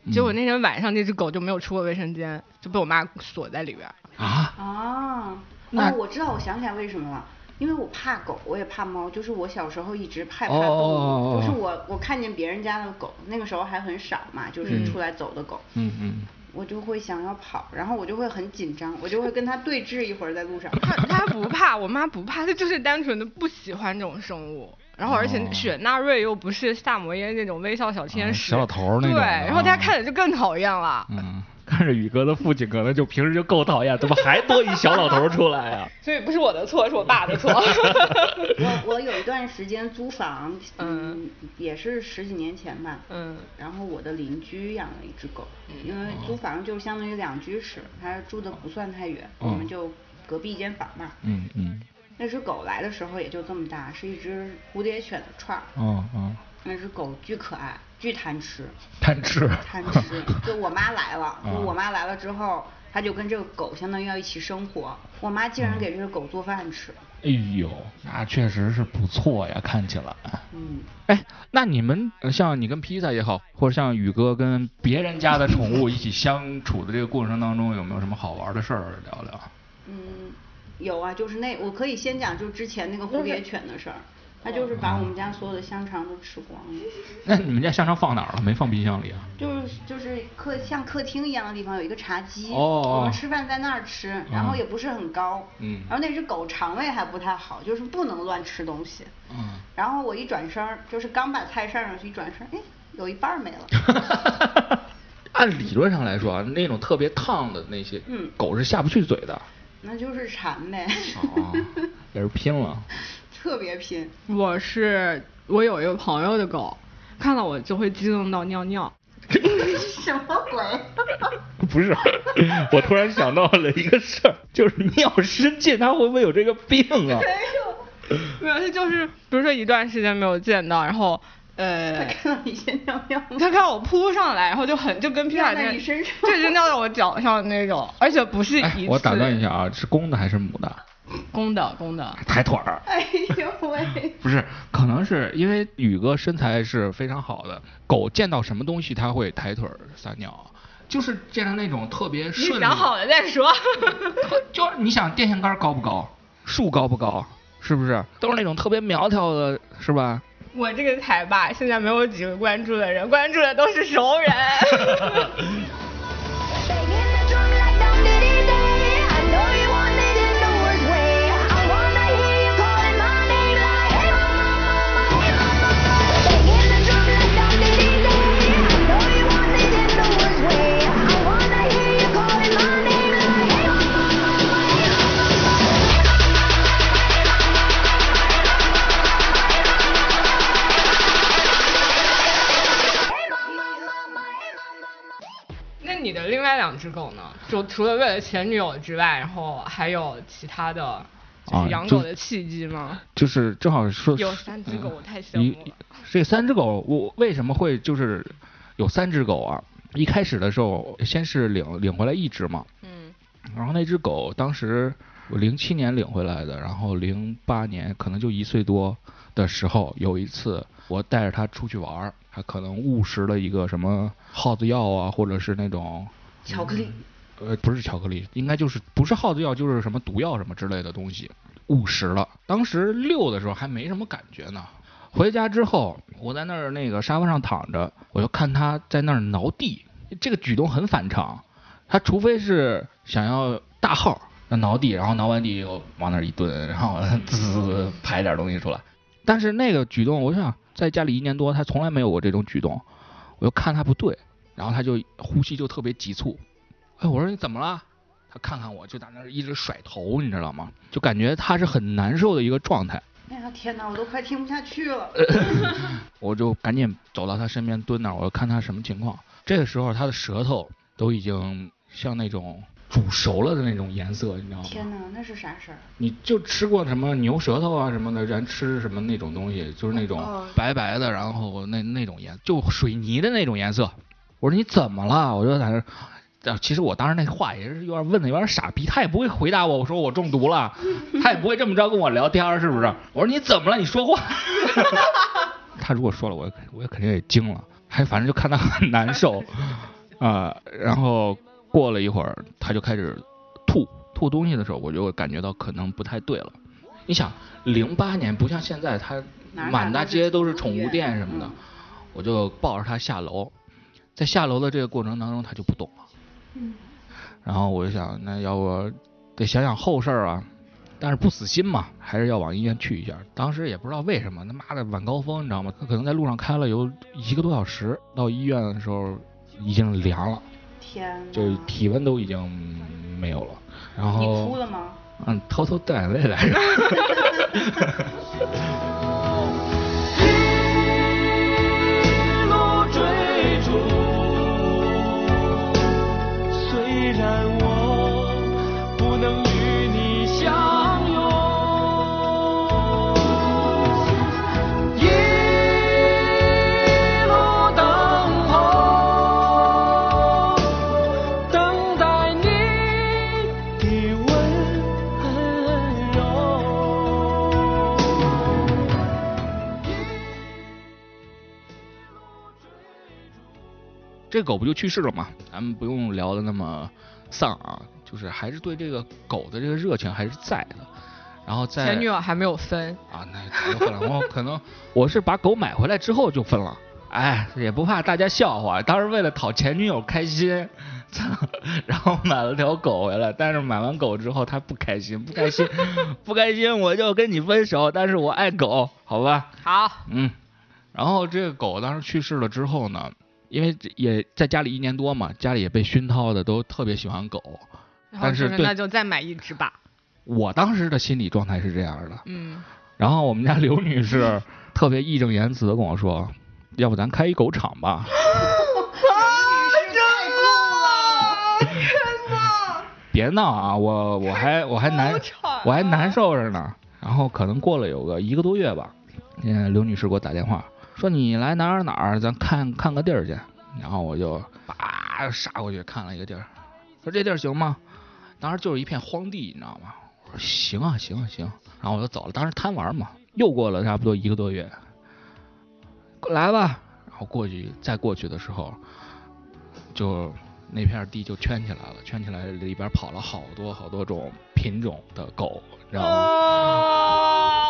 [SPEAKER 3] 嗯
[SPEAKER 2] 结果那天晚上那只狗就没有出过卫生间，就被我妈锁在里边儿。
[SPEAKER 3] 啊，
[SPEAKER 4] 啊，
[SPEAKER 3] 那
[SPEAKER 4] 哦，我知道，我想起来为什么了。因为我怕狗，我也怕猫，就是我小时候一直害怕
[SPEAKER 3] 哦
[SPEAKER 4] 动物，
[SPEAKER 3] 哦哦哦
[SPEAKER 4] 就是我我看见别人家的狗，那个时候还很少嘛，就是出来走的狗，
[SPEAKER 3] 嗯嗯，
[SPEAKER 4] 我就会想要跑，然后我就会很紧张，我就会跟它对峙一会儿在路上。
[SPEAKER 3] (laughs)
[SPEAKER 2] 她她不怕，我妈不怕，她就是单纯的不喜欢这种生物。然后，而且
[SPEAKER 3] 哦
[SPEAKER 2] 雪纳瑞又不是萨摩耶那种微笑小天
[SPEAKER 3] 嗯
[SPEAKER 2] 使，
[SPEAKER 3] 小老头儿那
[SPEAKER 2] 对，
[SPEAKER 3] 种
[SPEAKER 2] 然后大家
[SPEAKER 3] 嗯
[SPEAKER 2] 看着就更讨厌了。
[SPEAKER 3] 嗯，看着宇哥的父亲，可能就平时就够讨厌，怎么还多一小老头出来啊呀、
[SPEAKER 2] 所以不是我的错，是我爸的
[SPEAKER 3] (laughs)
[SPEAKER 2] 错。
[SPEAKER 4] 我我有一段时间租房，
[SPEAKER 2] 嗯
[SPEAKER 4] 嗯，也是十几年前吧，
[SPEAKER 2] 嗯
[SPEAKER 4] 然后我的邻居养了一只狗，
[SPEAKER 3] 嗯
[SPEAKER 4] 因为租房就相当于两居室，他住的不算太远，我们
[SPEAKER 3] 嗯
[SPEAKER 4] 就隔壁一间房嘛。
[SPEAKER 3] 嗯嗯，
[SPEAKER 4] 那只狗来的时候也就这么大，是一只蝴蝶犬的串儿。
[SPEAKER 3] 哦哦，
[SPEAKER 4] 那只狗巨可爱，巨贪吃，
[SPEAKER 3] 贪吃，
[SPEAKER 4] 贪吃。就我妈来了，就
[SPEAKER 3] 嗯
[SPEAKER 4] 我妈来了之后，它就跟这个狗相当于要一起生活。我妈竟然给这个狗做饭吃，
[SPEAKER 3] 哎呦，那确实是不错呀，看起来。
[SPEAKER 4] 嗯，
[SPEAKER 3] 哎，那你们呃像你跟披萨也好，或者像宇哥跟别人家的宠物一起相处的这个过程当中，有没有什么好玩的事儿聊聊？
[SPEAKER 4] 嗯，有啊，就是那我可以先讲，就之前那个蝴蝶犬的事儿，它就是把我们家所有的香肠都吃光了，
[SPEAKER 3] 那你们家香肠放哪儿了？没放冰箱里啊？
[SPEAKER 4] 就是就是客像客厅一样的地方有一个茶几，
[SPEAKER 3] 哦哦
[SPEAKER 4] 我们吃饭在那儿吃，然后也不是很高，
[SPEAKER 3] 嗯
[SPEAKER 4] 然后那只狗肠胃还不太好，就是不能乱吃东西，
[SPEAKER 3] 嗯，
[SPEAKER 4] 然后我一转身儿，就是刚把菜上上去，一转身儿，哎，有一半儿没了。
[SPEAKER 3] (laughs) 按理论上来说啊，那种特别烫的那些
[SPEAKER 4] 嗯
[SPEAKER 3] 狗是下不去嘴的。
[SPEAKER 4] 那就是馋呗，
[SPEAKER 3] 哦， (laughs) 也是拼了。
[SPEAKER 4] (laughs) 特别拼。 (laughs)
[SPEAKER 2] 我是我有一个朋友的狗，看到我就会激动到尿尿。 (laughs)
[SPEAKER 4] 什么 (laughs) 鬼？
[SPEAKER 3] (laughs) 不是，我突然想到了一个事儿，就是尿失禁，它会不会有这个病
[SPEAKER 2] (laughs)
[SPEAKER 3] 啊？
[SPEAKER 2] 没有，他就是比如说一段时间没有见到，然后呃，
[SPEAKER 4] 看到你先尿尿
[SPEAKER 2] (laughs)
[SPEAKER 4] (laughs)
[SPEAKER 2] 他看我扑上来，然后就很就跟皮卡
[SPEAKER 4] 尿在
[SPEAKER 2] 那
[SPEAKER 4] 你身上
[SPEAKER 2] (laughs) 对，就尿到我脚上那种，而且不是一次。
[SPEAKER 3] 哎，我打断一，下啊，是公的还是母的？
[SPEAKER 2] 公的公的，
[SPEAKER 3] 抬腿儿。
[SPEAKER 4] 哎呦喂！
[SPEAKER 3] 不是，可能是因为宇哥身材是非常好的，狗见到什么东西它会抬腿儿撒尿，就是见到那种特别
[SPEAKER 2] 你
[SPEAKER 3] 顺利，
[SPEAKER 2] 想好了再说。 (laughs)
[SPEAKER 3] 特就是你想电线杆高不高，树高不高，是不是都是那种特别苗条的，是吧？
[SPEAKER 2] 我这个台吧，现在没有几个关注的人，关注的都是熟人。 (laughs) 那你的另外两只狗呢？就除了为了前女友之外，然后还有其他的，就是养狗的契机吗？
[SPEAKER 3] 啊就是正好说
[SPEAKER 2] 有三只狗我太羡
[SPEAKER 3] 你
[SPEAKER 2] 慕了
[SPEAKER 3] 这三只狗，我为什么会就是有三只狗啊？一开始的时候，先是领领回来一只嘛，
[SPEAKER 2] 嗯
[SPEAKER 3] 然后那只狗当时我零七年领回来的，然后零八年可能就一岁多的时候，有一次我带着它出去玩儿，它可能误食了一个什么耗子药啊，或者是那种
[SPEAKER 4] 巧克力。
[SPEAKER 3] 呃，不是巧克力，应该就是不是耗子药，就是什么毒药什么之类的东西，误食了。当时遛的时候还没什么感觉呢，回家之后，我在那儿那个沙发上躺着，我就看它在那儿挠地，这个举动很反常。它除非是想要大号，那挠地，然后挠完地以后往那儿一蹲，然后滋滋滋排点东西出来。但是那个举动，我想在家里一年多，它从来没有过这种举动，我就看它不对，然后它就呼吸就特别急促。哎，我说你怎么了？他看看我就在那儿一直甩头，你知道吗？就感觉他是很难受的一个状态。
[SPEAKER 4] 哎呀天哪，我都快听不下去了。
[SPEAKER 3] 呃我就赶紧走到他身边蹲那儿，我看他什么情况。这个时候他的舌头都已经像那种煮熟了的那种颜色，你知道吗？
[SPEAKER 4] 天哪，那是啥事儿？
[SPEAKER 3] 你就吃过什么牛舌头啊什么的，咱吃什么那种东西，就是那种
[SPEAKER 4] 哦
[SPEAKER 3] 白白的，然后那那种颜，就水泥的那种颜色。我说你怎么了？我就在那儿。啊其实我当时那话也是有点问的有点傻逼，他也不会回答我。我说我中毒
[SPEAKER 4] (laughs)
[SPEAKER 3] 了，他也不会这么着跟我聊天儿，是不是？我说你怎么了？你说话。他如果说了，我我肯定也惊了，还反正就看他很难受啊、然后过了一会儿，他就开始吐吐东西的时候，我就感觉到可能不太对了。你想，零八年不像现在，他
[SPEAKER 4] 哪儿哪儿
[SPEAKER 3] 满大
[SPEAKER 4] 都是
[SPEAKER 3] 街都是
[SPEAKER 4] 宠物
[SPEAKER 3] 宠物
[SPEAKER 4] 店
[SPEAKER 3] 店什么的
[SPEAKER 4] 嗯，
[SPEAKER 3] 我就抱着他下楼，在下楼的这个过程当中，他就不动了。
[SPEAKER 4] 嗯
[SPEAKER 3] 然后我就想，那要不得想想后事儿啊，但是不死心嘛，还是要往医院去一下。当时也不知道为什么，他妈的晚高峰，你知道吗？他可能在路上开了有一个多小时，到医院的时候已经凉了，
[SPEAKER 4] 天哪。
[SPEAKER 3] 就 (laughs) 体温都已经没有了。然后
[SPEAKER 4] 你哭了吗？
[SPEAKER 3] 嗯，偷偷掉眼泪
[SPEAKER 1] (laughs)
[SPEAKER 3] 来着。
[SPEAKER 1] 一路追逐，虽然我不能与你相拥，一路等候，等待你的温柔。
[SPEAKER 3] 这狗不就去世了吗？咱们不用聊的那么丧啊，就是还是对这个狗的这个热情还是在的。然后在
[SPEAKER 2] 前女友还没有分，
[SPEAKER 3] 啊，那早就分了。我可能我是把狗买回来之后就分了。哎，也不怕大家笑话，当时为了讨前女友开心，操然后买了条狗回来。但是买完狗之后，她不开心，不开心， (laughs) 不开心，我就跟你分手。但是我爱狗，好吧？
[SPEAKER 2] 好，
[SPEAKER 3] 嗯，然后这个狗当时去世了之后呢，因为这也在家里一年多嘛，家里也被熏陶的都特别喜欢狗。
[SPEAKER 2] 然后
[SPEAKER 3] 但
[SPEAKER 2] 就是是
[SPEAKER 3] 对
[SPEAKER 2] 那就再买一只吧。
[SPEAKER 3] 我当时的心理状态是这样的，
[SPEAKER 2] 嗯，
[SPEAKER 3] 然后我们家刘女士特别义正言辞的跟我说，要不咱开一狗场吧？别闹啊！我我还我还难
[SPEAKER 2] 狗场
[SPEAKER 3] 我还难受着呢。然后可能过了有个一个多月吧，嗯，刘女士给我打电话说你来哪儿哪儿，咱看看个地儿去。然后我就叭杀过去看了一个地儿，说这地儿行吗？当时就是一片荒地，你知道吗？我说行啊行啊行啊。然后我就走了，当时贪玩嘛。又过了差不多一个多月，来吧。然后过去再过去的时候，就那片地就圈起来了，圈起来里边跑了好多好多种品种的狗，然后、
[SPEAKER 2] 啊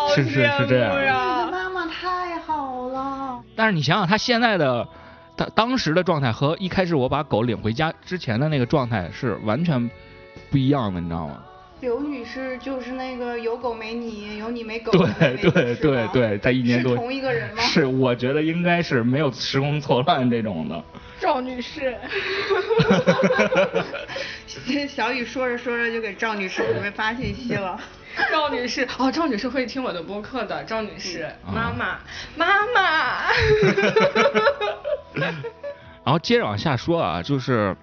[SPEAKER 2] 哦
[SPEAKER 3] 是是是这样
[SPEAKER 2] 我羡
[SPEAKER 3] 的
[SPEAKER 2] 慕呀
[SPEAKER 4] 你的妈妈太好了，
[SPEAKER 3] 但是你想想他现在的，他当时的状态和一开始我把狗领回家之前的那个状态是完全不一样的，你知道吗？
[SPEAKER 4] 刘女士就是那个有狗没你，有你没狗。
[SPEAKER 3] 对
[SPEAKER 4] 有你没
[SPEAKER 3] 对
[SPEAKER 4] 你
[SPEAKER 3] 对对，在一年
[SPEAKER 4] 是
[SPEAKER 3] 多
[SPEAKER 4] 同一个人吗？
[SPEAKER 3] 是，我觉得应该是没有时空错乱这种的。
[SPEAKER 2] 赵女
[SPEAKER 3] (laughs)
[SPEAKER 2] 士，
[SPEAKER 4] (laughs) 小雨说着说着就给赵女士准备发信息了。
[SPEAKER 2] (laughs) 赵女士，哦，赵女士会听我的播客的，赵女士，
[SPEAKER 3] 嗯
[SPEAKER 2] 妈妈，妈妈，
[SPEAKER 3] 然后接着往下说啊，就是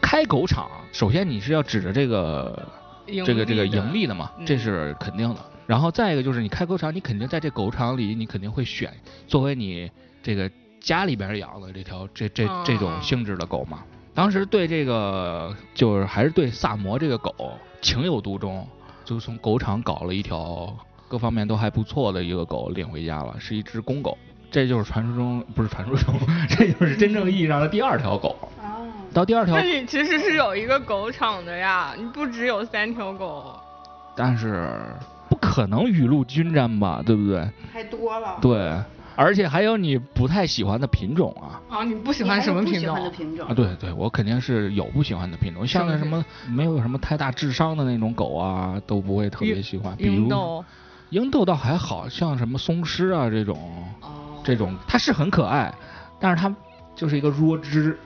[SPEAKER 3] 开狗场，首先你是要指着这个
[SPEAKER 2] 盈
[SPEAKER 3] 这个这个
[SPEAKER 2] 利的
[SPEAKER 3] 盈利的嘛，
[SPEAKER 2] 嗯
[SPEAKER 3] 这是肯定的。然后再一个就是你开狗场，你肯定在这狗场里，你肯定会选作为你这个家里边养的这条这这
[SPEAKER 2] 哦
[SPEAKER 3] 这种性质的狗嘛。当时对这个就是还是对萨摩这个狗情有独钟，就从狗场搞了一条各方面都还不错的一个狗领回家了，是一只公狗。这就是传说中不是传说中， (laughs) 这就是真正意义上的第二条狗。
[SPEAKER 4] 哦，
[SPEAKER 3] 到第二条
[SPEAKER 2] 那，你其实是有一个狗场的呀，你不只有三条狗。
[SPEAKER 3] 但是不可能雨露均沾吧，对不对？
[SPEAKER 4] 还多了。
[SPEAKER 3] 对，而且还有你不太喜欢的品种啊。
[SPEAKER 2] 啊，你不喜
[SPEAKER 4] 你还
[SPEAKER 2] 欢
[SPEAKER 4] 有
[SPEAKER 2] 什么
[SPEAKER 4] 不
[SPEAKER 2] 品
[SPEAKER 4] 喜
[SPEAKER 2] 种
[SPEAKER 4] 欢？的品种
[SPEAKER 3] 啊，对对，我肯定是有不喜欢的品种，像那什么没有什么太大智商的那种狗啊，都不会特别喜欢。比
[SPEAKER 2] 芸
[SPEAKER 3] 如
[SPEAKER 2] 豆。
[SPEAKER 3] 鹰豆倒还好像什么松狮啊这种，
[SPEAKER 4] 哦
[SPEAKER 3] 这种它是很可爱，但是它就是一个弱智。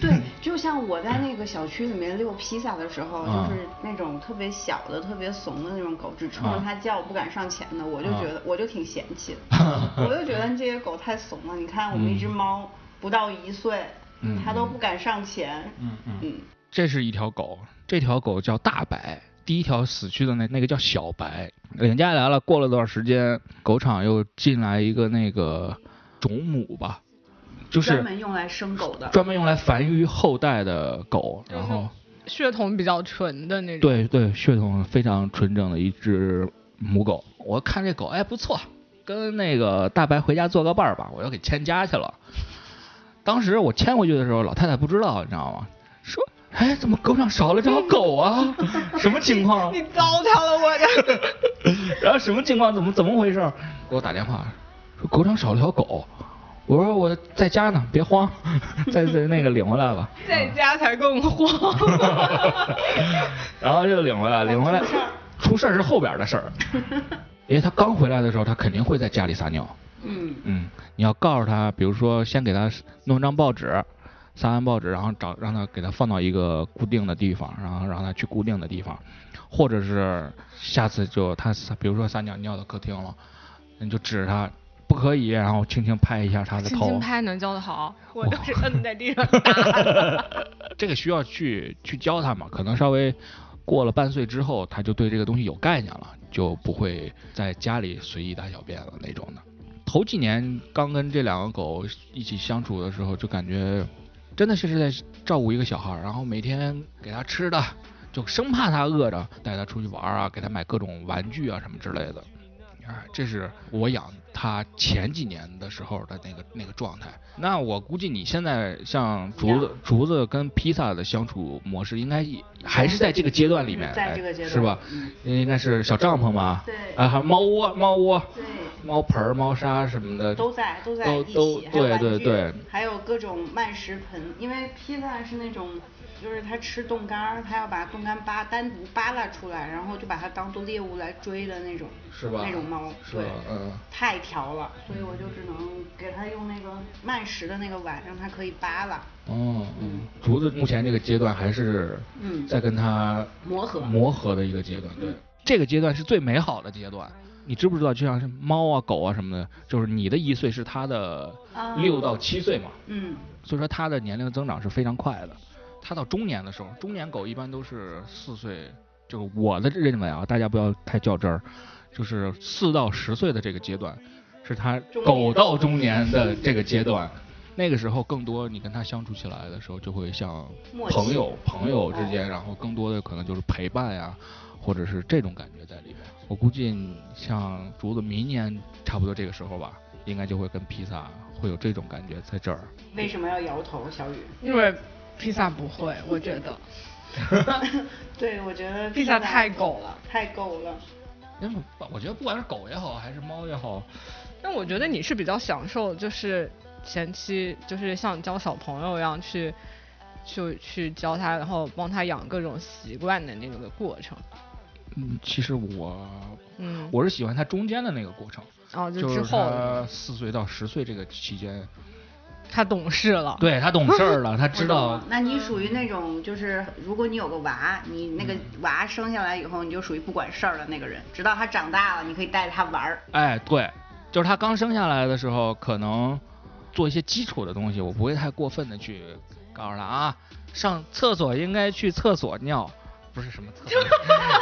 [SPEAKER 4] 对，就像我在那个小区里面溜披萨的时候，
[SPEAKER 3] 啊
[SPEAKER 4] 就是那种特别小的、特别怂的那种狗，只冲着
[SPEAKER 3] 啊
[SPEAKER 4] 它叫，不敢上前的，我就
[SPEAKER 3] 啊
[SPEAKER 4] 觉得我就挺嫌弃的，
[SPEAKER 3] (laughs)
[SPEAKER 4] 我就觉得这些狗太怂了。你看我们一只猫不到一岁，
[SPEAKER 3] 嗯
[SPEAKER 4] 它都
[SPEAKER 3] 嗯
[SPEAKER 4] 不敢上前，
[SPEAKER 1] 嗯嗯
[SPEAKER 4] 嗯，
[SPEAKER 3] 这是一条狗，这条狗叫大白，第一条死去的那那个叫小白。领家来了，过了段时间，狗场又进来一个那个种母吧，就是
[SPEAKER 4] 专门用来生狗的。
[SPEAKER 3] 专门用来繁育后代的狗，然后
[SPEAKER 2] 血统比较纯的那种。
[SPEAKER 3] 对对，血统非常纯正的一只母狗。我看这狗，哎，不错，跟那个大白回家做个伴儿吧，我要给牵家去了。当时我牵回去的时候，老太太不知道，你知道吗？说，哎，怎么狗场少了条狗啊？什么情况？啊
[SPEAKER 2] 你糟蹋了我的。
[SPEAKER 3] (laughs) 然后什么情况？怎么怎么回事？给我打电话说狗场少了条狗。我说我在家呢，别慌， (laughs) 再再那个领回来吧。
[SPEAKER 2] (laughs) 在家才更慌。
[SPEAKER 3] (laughs) 然后就领回来，领回来，哎出事儿是后边的事 (laughs) 儿，因为他刚回来的时候，他肯定会在家里撒尿。
[SPEAKER 4] 嗯，
[SPEAKER 3] 嗯，你要告诉他，比如说先给他弄张报纸，撒完报纸，然后找让他给他放到一个固定的地方，然后让他去固定的地方，或者是下次就他撒，比如说撒尿尿到客厅了，你就指着他不可以，然后轻轻拍一下他的
[SPEAKER 2] 轻
[SPEAKER 3] 头。
[SPEAKER 2] 轻拍能教得好，我都是摁在地上打的。
[SPEAKER 3] 这个需要去去教他嘛，可能稍微过了半岁之后，他就对这个东西有概念了，就不会在家里随意大小便了那种的。头几年刚跟这两个狗一起相处的时候，就感觉真的是是在照顾一个小孩儿，然后每天给他吃的，就生怕他饿着，带他出去玩儿啊，给他买各种玩具啊什么之类的。啊，这是我养它前几年的时候的那个那个状态。那我估计你现在像竹子、竹子跟披萨的相处模式，应该也还是在这个阶段里面，
[SPEAKER 4] 在这个阶段
[SPEAKER 3] 是吧？
[SPEAKER 4] 嗯
[SPEAKER 3] 应该是小帐篷吧？
[SPEAKER 4] 对
[SPEAKER 3] 啊，还有猫窝、猫窝、
[SPEAKER 4] 对，
[SPEAKER 3] 猫盆儿、猫砂什么的，
[SPEAKER 4] 都在都在
[SPEAKER 3] 都
[SPEAKER 4] 一起，
[SPEAKER 3] 都
[SPEAKER 4] 还有
[SPEAKER 3] 对
[SPEAKER 4] 玩
[SPEAKER 3] 对
[SPEAKER 4] 具
[SPEAKER 3] 对，
[SPEAKER 4] 还有各种慢食盆，因为披萨是那种。就是它吃冻干儿，它要把冻干扒单独扒拉出来，然后就把它当做猎物来追的那种，
[SPEAKER 3] 是吧
[SPEAKER 4] 那种猫，
[SPEAKER 3] 是吧
[SPEAKER 4] 对，
[SPEAKER 3] 嗯
[SPEAKER 4] 太挑了，所以我就只能给它用那个慢食的那个碗，让它可以扒拉。
[SPEAKER 3] 哦，嗯，竹子目前这个阶段还是
[SPEAKER 4] 嗯
[SPEAKER 3] 在跟它
[SPEAKER 4] 磨合
[SPEAKER 3] 磨合的一个阶段，对，这个阶段是最美好的阶段。你知不知道，就像是猫啊、狗啊什么的，就是你的一岁是它的
[SPEAKER 4] 啊
[SPEAKER 3] 六到七岁嘛，
[SPEAKER 4] 嗯，
[SPEAKER 3] 所以说它的年龄增长是非常快的。它到中年的时候，中年狗一般都是四岁，就是我的认为啊，大家不要太较真儿，就是四到十岁的这个阶段，是它
[SPEAKER 4] 中年
[SPEAKER 3] 狗到中年的这个阶段。那个时候，更多你跟它相处起来的时候，就会像
[SPEAKER 4] 默契
[SPEAKER 3] 朋友、朋友之间，然后更多的可能就是陪伴呀、或者是这种感觉在里边。我估计你像竹子明年差不多这个时候吧，应该就会跟披萨会有这种感觉在这儿。
[SPEAKER 4] 为什么要摇头，小雨？
[SPEAKER 2] (laughs)
[SPEAKER 4] (laughs)
[SPEAKER 2] 因为披萨不会，我觉 (laughs) 得。
[SPEAKER 4] 对，我觉得
[SPEAKER 2] 披萨太狗了，
[SPEAKER 4] 太狗了。
[SPEAKER 3] 因为我我觉得不管是狗也好，还是猫也好，
[SPEAKER 2] 但我觉得你是比较享受，就是前期就是像教小朋友一样去，就去教他，然后帮他养各种习惯的那种的过程。
[SPEAKER 3] 嗯，其实我
[SPEAKER 2] 嗯，
[SPEAKER 3] 我是喜欢它中间的那个过程，
[SPEAKER 2] 哦，就
[SPEAKER 3] 就
[SPEAKER 2] 之
[SPEAKER 3] 是
[SPEAKER 2] 后
[SPEAKER 3] 它四岁到十岁这个期间，
[SPEAKER 2] 他懂事了，
[SPEAKER 3] 对它懂事儿了，它知
[SPEAKER 4] 我
[SPEAKER 3] 道
[SPEAKER 4] 懂了那你属于那种，就是如果你有个娃，你那个娃生下来以后，你就属于不管事儿的那个人，直到他长大了，你可以带着他玩儿。
[SPEAKER 3] 哎，对，就是他刚生下来的时候，可能做一些基础的东西，我不会太过分的去告诉他啊，上厕所应该去厕所尿，不是什么
[SPEAKER 4] (laughs)
[SPEAKER 3] 厕所，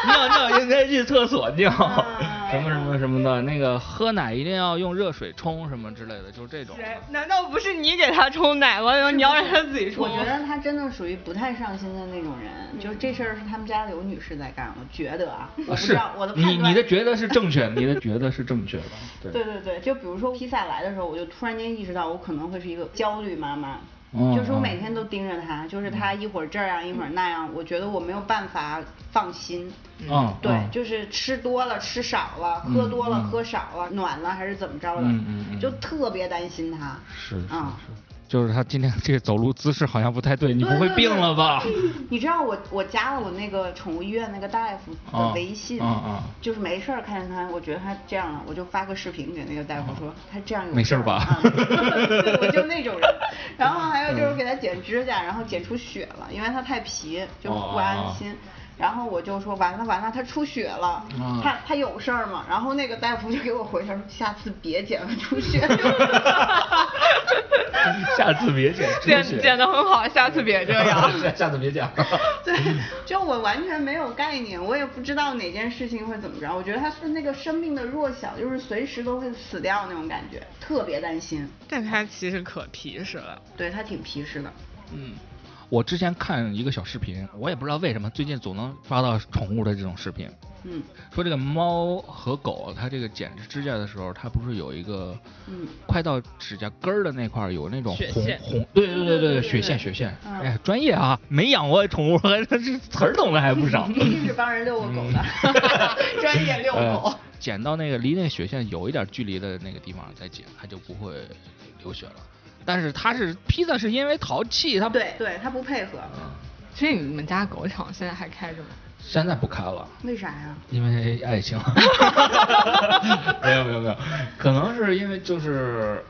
[SPEAKER 3] 尿尿应该去厕所尿，
[SPEAKER 4] 啊
[SPEAKER 3] 什么什么什么的，那个喝奶一定要用热水冲什么之类的，就是这种的。
[SPEAKER 2] 谁难道不是你给他冲奶吗？然后你要让他自己
[SPEAKER 4] 我
[SPEAKER 2] 冲？
[SPEAKER 4] 觉得他真的属于不太上心的那种人，就是这事儿是他们家刘女士在干，我觉得啊，我
[SPEAKER 3] 啊
[SPEAKER 4] 不知
[SPEAKER 3] 是
[SPEAKER 4] 道我的判
[SPEAKER 3] 你
[SPEAKER 4] 断。
[SPEAKER 3] 你的觉得是正确，你的觉得是正确的，对，
[SPEAKER 4] 对对对，就比如说披萨来的时候，我就突然间意识到我可能会是一个焦虑妈妈，
[SPEAKER 3] 嗯
[SPEAKER 4] 就是我
[SPEAKER 3] 嗯
[SPEAKER 4] 每天都盯着他，就是他一会儿这样一会儿那样，我觉得我没有办法放心。
[SPEAKER 3] 嗯，
[SPEAKER 4] 对，
[SPEAKER 3] 嗯
[SPEAKER 4] 就是吃多了吃少了，喝多了喝少了，暖了还是怎么着的，
[SPEAKER 3] 嗯嗯嗯
[SPEAKER 4] 就特别担心他。
[SPEAKER 3] 是是
[SPEAKER 4] 啊
[SPEAKER 3] 是，就是他今天这个走路姿势好像不太对，你不会病了吧？
[SPEAKER 4] (laughs) 你知道我我加了我那个宠物医院那个大夫的
[SPEAKER 3] 啊
[SPEAKER 4] 微信，
[SPEAKER 3] 啊啊
[SPEAKER 4] 就是没事儿看见他，我觉得他这样了，我就发个视频给那个大夫说、他这样有
[SPEAKER 3] 啊没事儿吧
[SPEAKER 4] 啊 (laughs) 对我就那种人。然后还有就是给他剪指甲，然后剪出血了，因为他太皮就
[SPEAKER 3] 哦
[SPEAKER 4] 不安心。然后我就说完了完了，他出血了，
[SPEAKER 3] 啊
[SPEAKER 4] 他他有事儿吗？然后那个大夫就给我回他说下次别剪了
[SPEAKER 3] (laughs)
[SPEAKER 4] 出血。
[SPEAKER 3] 下次别剪出
[SPEAKER 2] 剪
[SPEAKER 3] 血
[SPEAKER 2] 剪的很好，下次别这样。
[SPEAKER 3] (laughs) 下次别讲。
[SPEAKER 4] 对， (laughs) 就我完全没有概念，我也不知道哪件事情会怎么着。我觉得他是那个生命的弱小，就是随时都会死掉那种感觉，特别担心。
[SPEAKER 2] (laughs) 但他其实可皮实了，
[SPEAKER 4] 对他挺皮实的，
[SPEAKER 3] 嗯，我之前看一个小视频，我也不知道为什么最近总能刷到宠物的这种视频，
[SPEAKER 4] 嗯
[SPEAKER 3] 说这个猫和狗，它这个剪指甲的时候，它不是有一个
[SPEAKER 4] 嗯，
[SPEAKER 3] 快到指甲根儿的那块儿有那种
[SPEAKER 2] 血
[SPEAKER 3] 红
[SPEAKER 2] 线
[SPEAKER 3] 红，对对对对
[SPEAKER 4] 对
[SPEAKER 3] 对，
[SPEAKER 4] 对
[SPEAKER 3] 血线血线，
[SPEAKER 4] 嗯
[SPEAKER 3] 哎，专业啊，没养过宠物，还这词儿懂的还不少。
[SPEAKER 4] 一直帮人遛过狗的，
[SPEAKER 3] 嗯
[SPEAKER 4] (laughs) 专业遛狗
[SPEAKER 3] 呃。剪到那个离那个血线有一点距离的那个地方再剪，它就不会流血了。但是它是披萨是因为淘气，它不
[SPEAKER 4] 对对，他不配合，
[SPEAKER 2] 所以你们家狗场现在还开着吗？
[SPEAKER 3] 现在不开了。
[SPEAKER 4] 为啥呀？
[SPEAKER 3] 因为爱情，没有没有没有，可能是因为就是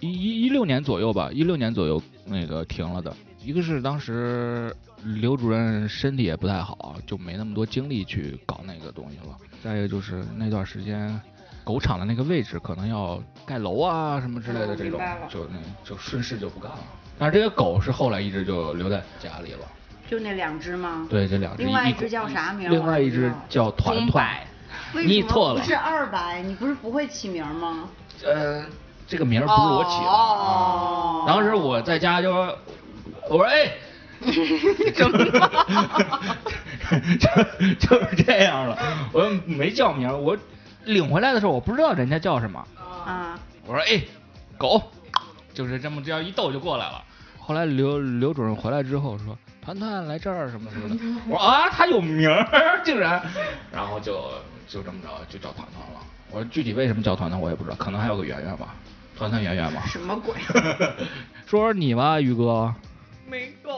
[SPEAKER 3] 一一一六年左右吧，一六年左右那个停了的。一个是当时刘主任身体也不太好，就没那么多精力去搞那个东西了。再一个就是那段时间，狗场的那个位置可能要盖楼啊什么之类的这
[SPEAKER 4] 哦明
[SPEAKER 3] 种
[SPEAKER 4] 白了，
[SPEAKER 3] 就那就顺势就不干了。但是这个狗是后来一直就留在家里了。
[SPEAKER 4] 就那两只吗？
[SPEAKER 3] 对，这两只，
[SPEAKER 4] 另外
[SPEAKER 3] 一
[SPEAKER 4] 一只
[SPEAKER 3] 狗
[SPEAKER 4] 叫啥名儿
[SPEAKER 3] 另
[SPEAKER 4] 我
[SPEAKER 3] 外
[SPEAKER 4] 不
[SPEAKER 3] 一
[SPEAKER 4] 知
[SPEAKER 3] 只
[SPEAKER 4] 道
[SPEAKER 3] 叫团
[SPEAKER 2] 红
[SPEAKER 3] 团
[SPEAKER 2] 白，
[SPEAKER 4] 为
[SPEAKER 3] 你
[SPEAKER 4] 什么
[SPEAKER 3] 错
[SPEAKER 4] 不
[SPEAKER 3] 了。
[SPEAKER 4] 是二百？你不是不会起名吗？
[SPEAKER 3] 呃，这个名儿不是我起的。
[SPEAKER 4] 哦
[SPEAKER 3] 当时我在家就说，我说
[SPEAKER 4] (laughs)
[SPEAKER 3] 哎，怎么 (laughs) 就就是这样了，我又没叫名儿，我领回来的时候我不知道人家叫什么，
[SPEAKER 4] 啊，
[SPEAKER 3] 我说哎，狗，就是这么这样一逗就过来了。后来刘刘主任回来之后说，团团来这儿什么什么的，我说啊，他有名儿竟然，然后就就这么着就叫团团了。我说具体为什么叫团团我也不知道，可能还有个圆圆吧，团团圆圆吧。
[SPEAKER 4] 什么鬼？
[SPEAKER 3] (laughs) 说说你吧，宇哥，
[SPEAKER 2] 没狗，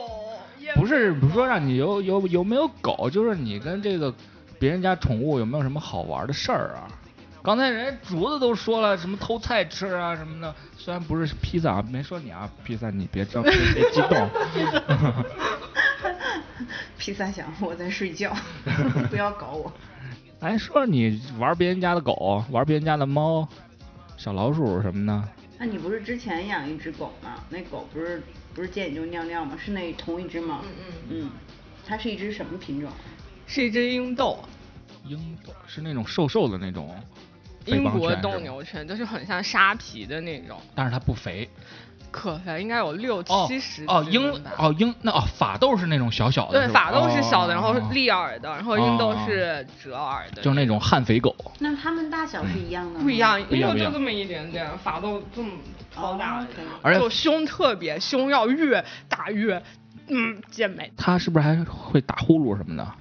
[SPEAKER 2] 也
[SPEAKER 3] 不是不是说让你有有有没有狗，就是你跟这个别人家宠物有没有什么好玩的事儿啊？刚才人家竹子都说了什么偷菜吃啊什么的，虽然不是披萨，啊，没说你啊，披萨你别着别别激动。 (laughs)
[SPEAKER 4] (laughs) 披萨想我在睡觉，不要搞我。
[SPEAKER 3] 哎，说说你玩别人家的狗，玩别人家的猫、小老鼠什么的，
[SPEAKER 4] 那你不是之前养一只狗吗？那狗不是不是见你就尿尿吗？是那同一只吗？嗯嗯它是一只什么品种？啊
[SPEAKER 2] 是一只英斗，
[SPEAKER 3] 英短是那种瘦瘦的那种
[SPEAKER 2] 英国斗
[SPEAKER 3] 斗
[SPEAKER 2] 牛，犬，就是很像沙皮的那种，
[SPEAKER 3] 但是它不肥。
[SPEAKER 2] 可肥，应该有六
[SPEAKER 3] 哦
[SPEAKER 2] 七十
[SPEAKER 3] 哦
[SPEAKER 2] 斤
[SPEAKER 3] 英
[SPEAKER 2] 吧
[SPEAKER 3] 哦英那哦法斗是那种小小的，
[SPEAKER 2] 对，
[SPEAKER 3] 是吧
[SPEAKER 2] 法斗是小的，然后是
[SPEAKER 3] 哦
[SPEAKER 2] 立耳的，然后英斗
[SPEAKER 3] 哦
[SPEAKER 2] 是折耳的，
[SPEAKER 3] 就是那种悍肥狗。
[SPEAKER 4] 那它们大小是一样的吗？
[SPEAKER 2] 不一样，
[SPEAKER 3] 不一
[SPEAKER 2] 英
[SPEAKER 3] 样
[SPEAKER 2] 斗
[SPEAKER 3] 不一
[SPEAKER 2] 就
[SPEAKER 3] 样
[SPEAKER 2] 这么一点点，法斗这么超大
[SPEAKER 4] 哦
[SPEAKER 2] 的
[SPEAKER 4] ，OK，
[SPEAKER 3] 而且
[SPEAKER 2] 就胸特别，胸要越大越嗯，健美。
[SPEAKER 3] 它是不是还会打呼噜什么的？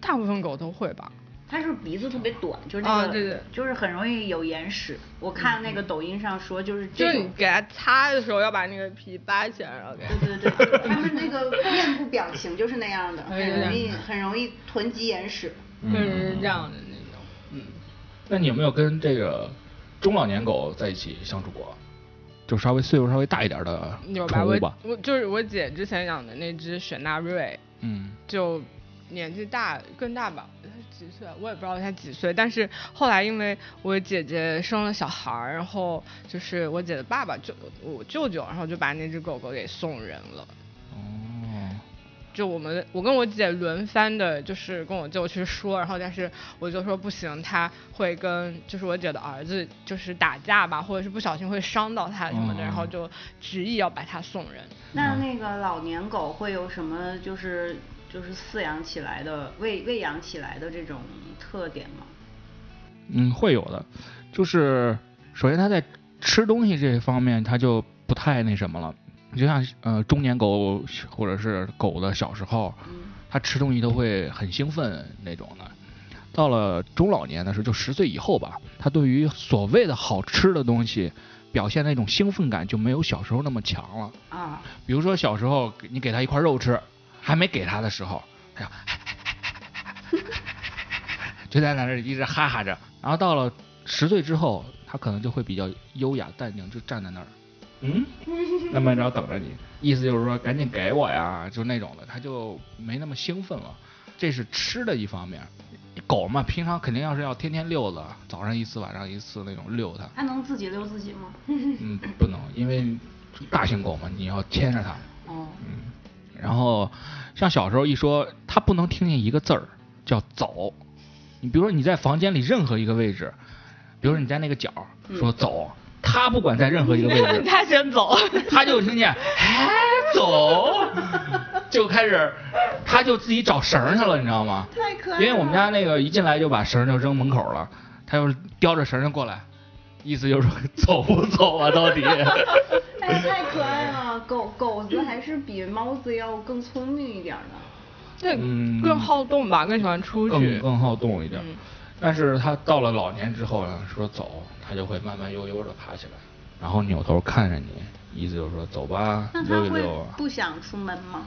[SPEAKER 2] 大部分狗都会吧。
[SPEAKER 4] 它是不是鼻子特别短，就是那个，
[SPEAKER 2] 啊对对嗯
[SPEAKER 4] 就是很容易有眼屎。我看那个抖音上说，就是
[SPEAKER 2] 就是
[SPEAKER 4] 这种
[SPEAKER 2] 你给它擦的时候，要把那个皮扒起来，然后给它。
[SPEAKER 4] 对对对，他们那个面部表情就是那
[SPEAKER 2] (laughs)
[SPEAKER 4] 样的，
[SPEAKER 2] 哎
[SPEAKER 4] 很容易很容易囤积眼屎。
[SPEAKER 3] 嗯
[SPEAKER 2] 就是这样的那种。嗯，
[SPEAKER 3] 那你有没有跟这个中老年狗在一起相处过？就稍微岁数稍微大一点的
[SPEAKER 2] 有吧？
[SPEAKER 3] 宠物
[SPEAKER 2] 我
[SPEAKER 3] 吧？
[SPEAKER 2] 我就是我姐之前养的那只雪纳瑞，
[SPEAKER 3] 嗯，
[SPEAKER 2] 就年纪大更大吧，她几岁啊我也不知道她几岁，但是后来因为我姐姐生了小孩儿，然后就是我姐的爸爸就我舅舅，然后就把那只狗狗给送人了。
[SPEAKER 3] 哦，
[SPEAKER 2] 就我们我跟我姐轮番的，就是跟我舅去说，然后但是我就说不行，他会跟就是我姐的儿子就是打架吧，或者是不小心会伤到他什么的，
[SPEAKER 3] 嗯
[SPEAKER 2] 然后就执意要把他送人。，
[SPEAKER 4] 那那个老年狗会有什么就是就是饲养起来的喂喂养起来的这种特点吗？
[SPEAKER 3] 嗯，会有的。就是首先它在吃东西这一方面，它就不太那什么了。你就像呃中年狗或者是狗的小时候，
[SPEAKER 4] 嗯，
[SPEAKER 3] 它吃东西都会很兴奋那种的。到了中老年的时候，就十岁以后吧，它对于所谓的好吃的东西表现那种兴奋感就没有小时候那么强了。
[SPEAKER 4] 啊，
[SPEAKER 3] 比如说小时候给你给它一块肉吃，还没给它的时候，它就 (laughs) 就在那儿一直哈哈着。然后到了十岁之后，它可能就会比较优雅淡定，就站在那儿，嗯， (laughs) 那么着等着你，意思就是说赶紧给我呀，就那种的，它就没那么兴奋了。这是吃的一方面，狗嘛，平常肯定要是要天天遛的，早上一次，晚上一次那种遛它，
[SPEAKER 4] 它能自己遛自己吗？
[SPEAKER 3] 嗯，不能，因为大型狗嘛，你要牵着它。
[SPEAKER 4] (laughs) 哦，
[SPEAKER 3] 嗯，然后像小时候一说，它不能听见一个字儿叫走。你比如说你在房间里任何一个位置，比如说你在那个角儿说走，它不管在任何一个位置
[SPEAKER 4] (laughs)
[SPEAKER 2] 他先走，
[SPEAKER 3] 它就听见哎走，就开始，它就自己找绳儿去了，你知道吗？
[SPEAKER 4] 太可爱
[SPEAKER 3] 因为我们家那个一进来就把绳儿就扔门口了，它就叼着绳儿就过来，意思就是说 (laughs) 走不走啊到底。
[SPEAKER 4] 哎，太可爱了！狗狗子还是比猫子要更聪明一点儿的。
[SPEAKER 2] 对，
[SPEAKER 3] 嗯
[SPEAKER 2] 更好动吧，更喜欢出
[SPEAKER 3] 更
[SPEAKER 2] 去。
[SPEAKER 3] 更好动一点。
[SPEAKER 2] 嗯
[SPEAKER 3] 但是他到了老年之后呢，说走，他就会慢慢悠悠的爬起来，然后扭头看着你，意思就是说走吧
[SPEAKER 4] 那，它
[SPEAKER 3] 溜一
[SPEAKER 4] 会
[SPEAKER 3] 溜啊。
[SPEAKER 4] 不想出门吗？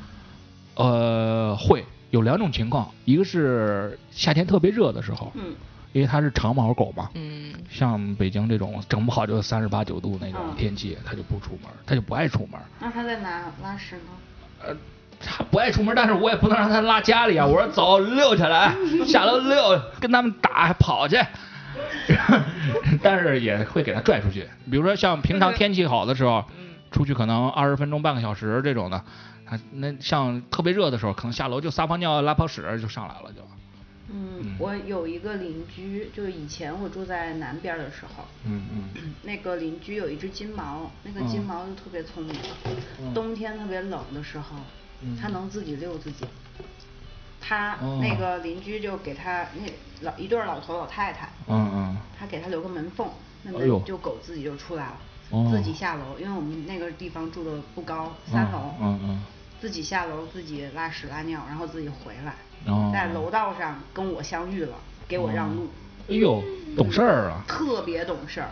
[SPEAKER 3] 呃，会有两种情况，一个是夏天特别热的时候，
[SPEAKER 4] 嗯，
[SPEAKER 3] 因为它是长毛狗嘛，
[SPEAKER 2] 嗯，
[SPEAKER 3] 像北京这种整不好就三十八九度那种
[SPEAKER 4] 嗯
[SPEAKER 3] 天气，它就不出门，它就不爱出门。
[SPEAKER 4] 那它在哪拉屎呢？
[SPEAKER 3] 呃，他不爱出门，但是我也不能让他拉家里啊。我说走，溜起来，下楼溜，跟他们打跑去。 (laughs) 但是也会给他拽出去，比如说像平常天气好的时候，
[SPEAKER 4] 嗯
[SPEAKER 3] 出去可能二十分钟、半个小时这种的。啊，那像特别热的时候，可能下楼就撒泡尿、拉泡屎就上来了，就。
[SPEAKER 4] 嗯
[SPEAKER 3] 嗯，
[SPEAKER 4] 我有一个邻居，就是以前我住在南边儿的时候，
[SPEAKER 3] 嗯嗯。
[SPEAKER 4] 那个邻居有一只金毛，那个金毛就特别聪明，
[SPEAKER 3] 嗯
[SPEAKER 4] 冬天特别冷的时候，
[SPEAKER 3] 嗯
[SPEAKER 4] 它能自己遛自己。它
[SPEAKER 3] 哦
[SPEAKER 4] 那个邻居就给它那老一对儿老头老太太，
[SPEAKER 3] 嗯嗯。
[SPEAKER 4] 他给它留个门缝，那
[SPEAKER 3] 哎呦
[SPEAKER 4] 么就狗自己就出来了，
[SPEAKER 3] 哦
[SPEAKER 4] 自己下楼，因为我们那个地方住的不高，三楼，
[SPEAKER 3] 嗯嗯
[SPEAKER 4] 自己下楼自己拉屎拉尿，然后自己回来，
[SPEAKER 3] 哦
[SPEAKER 4] 在楼道上跟我相遇了，给我让路，
[SPEAKER 3] 哎呦，懂事儿啊。
[SPEAKER 4] 特别懂事儿。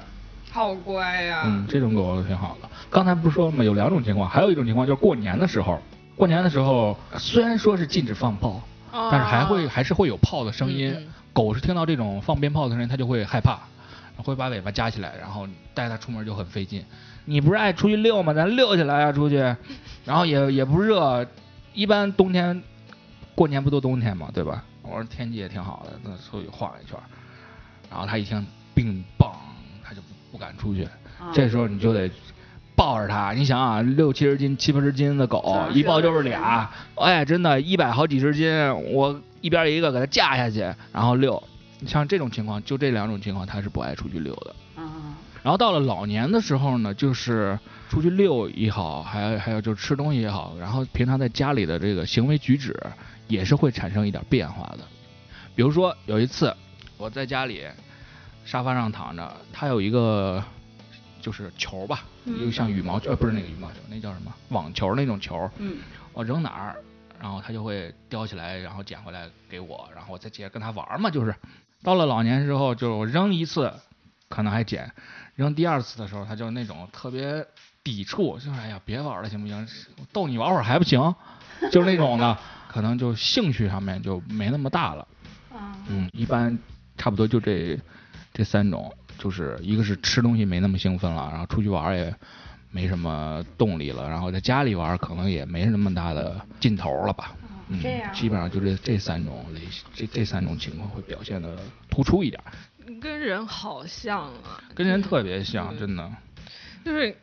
[SPEAKER 2] 好乖啊呀、
[SPEAKER 3] 嗯，这种狗挺好的。刚才不是说吗？有两种情况，还有一种情况就是过年的时候，过年的时候虽然说是禁止放炮，
[SPEAKER 2] 哦
[SPEAKER 3] 但是还会还是会有炮的声音。
[SPEAKER 2] 嗯嗯
[SPEAKER 3] 狗是听到这种放鞭炮的声音，它就会害怕，会把尾巴夹起来，然后带它出门就很费劲。你不是爱出去溜吗？咱溜起来啊，
[SPEAKER 2] (laughs)
[SPEAKER 3] 出去，然后也也不热，一般冬天过年不都冬天嘛，对吧？我说天气也挺好的，那出去晃一圈儿。然后他一听冰棒，他就不不敢出去。
[SPEAKER 4] 啊
[SPEAKER 3] 这时候你就得抱着它。你想啊，六七十斤、七八十斤的狗
[SPEAKER 4] 啊，
[SPEAKER 3] 一抱就是俩，哎，真的，一百好几十斤，我一边一个给它架下去，然后遛。像这种情况，就这两种情况，它是不爱出去溜的。
[SPEAKER 4] 啊，
[SPEAKER 3] 然后到了老年的时候呢，就是出去遛也好，还还有就是吃东西也好，然后平常在家里的这个行为举止也是会产生一点变化的。比如说有一次我在家里沙发上躺着，它有一个就是球吧，
[SPEAKER 4] 嗯
[SPEAKER 3] 就像羽毛球，呃，不是那个羽毛球，那叫什么网球那种球，
[SPEAKER 4] 嗯，
[SPEAKER 3] 我扔哪儿，然后它就会叼起来，然后捡回来给我，然后我再接着跟它玩儿嘛，就是到了老年之后，就是我扔一次可能还捡，扔第二次的时候，它就是那种特别抵触，就是哎呀别玩了行不行？逗你玩会儿还不行，就是那种的，可能就兴趣上面就没那么大了。
[SPEAKER 4] 嗯，
[SPEAKER 3] 嗯，一般差不多就这这三种，就是一个是吃东西没那么兴奋了，然后出去玩儿也没什么动力了，然后在家里玩儿可能也没什么大的劲头了吧。嗯
[SPEAKER 4] 哦这样，
[SPEAKER 3] 基本上就这这三种类型，这这三种情况会表现的突出一点儿，
[SPEAKER 2] 你跟人好像啊，
[SPEAKER 3] 跟人特别像，
[SPEAKER 4] 嗯
[SPEAKER 3] 真的。
[SPEAKER 2] 就是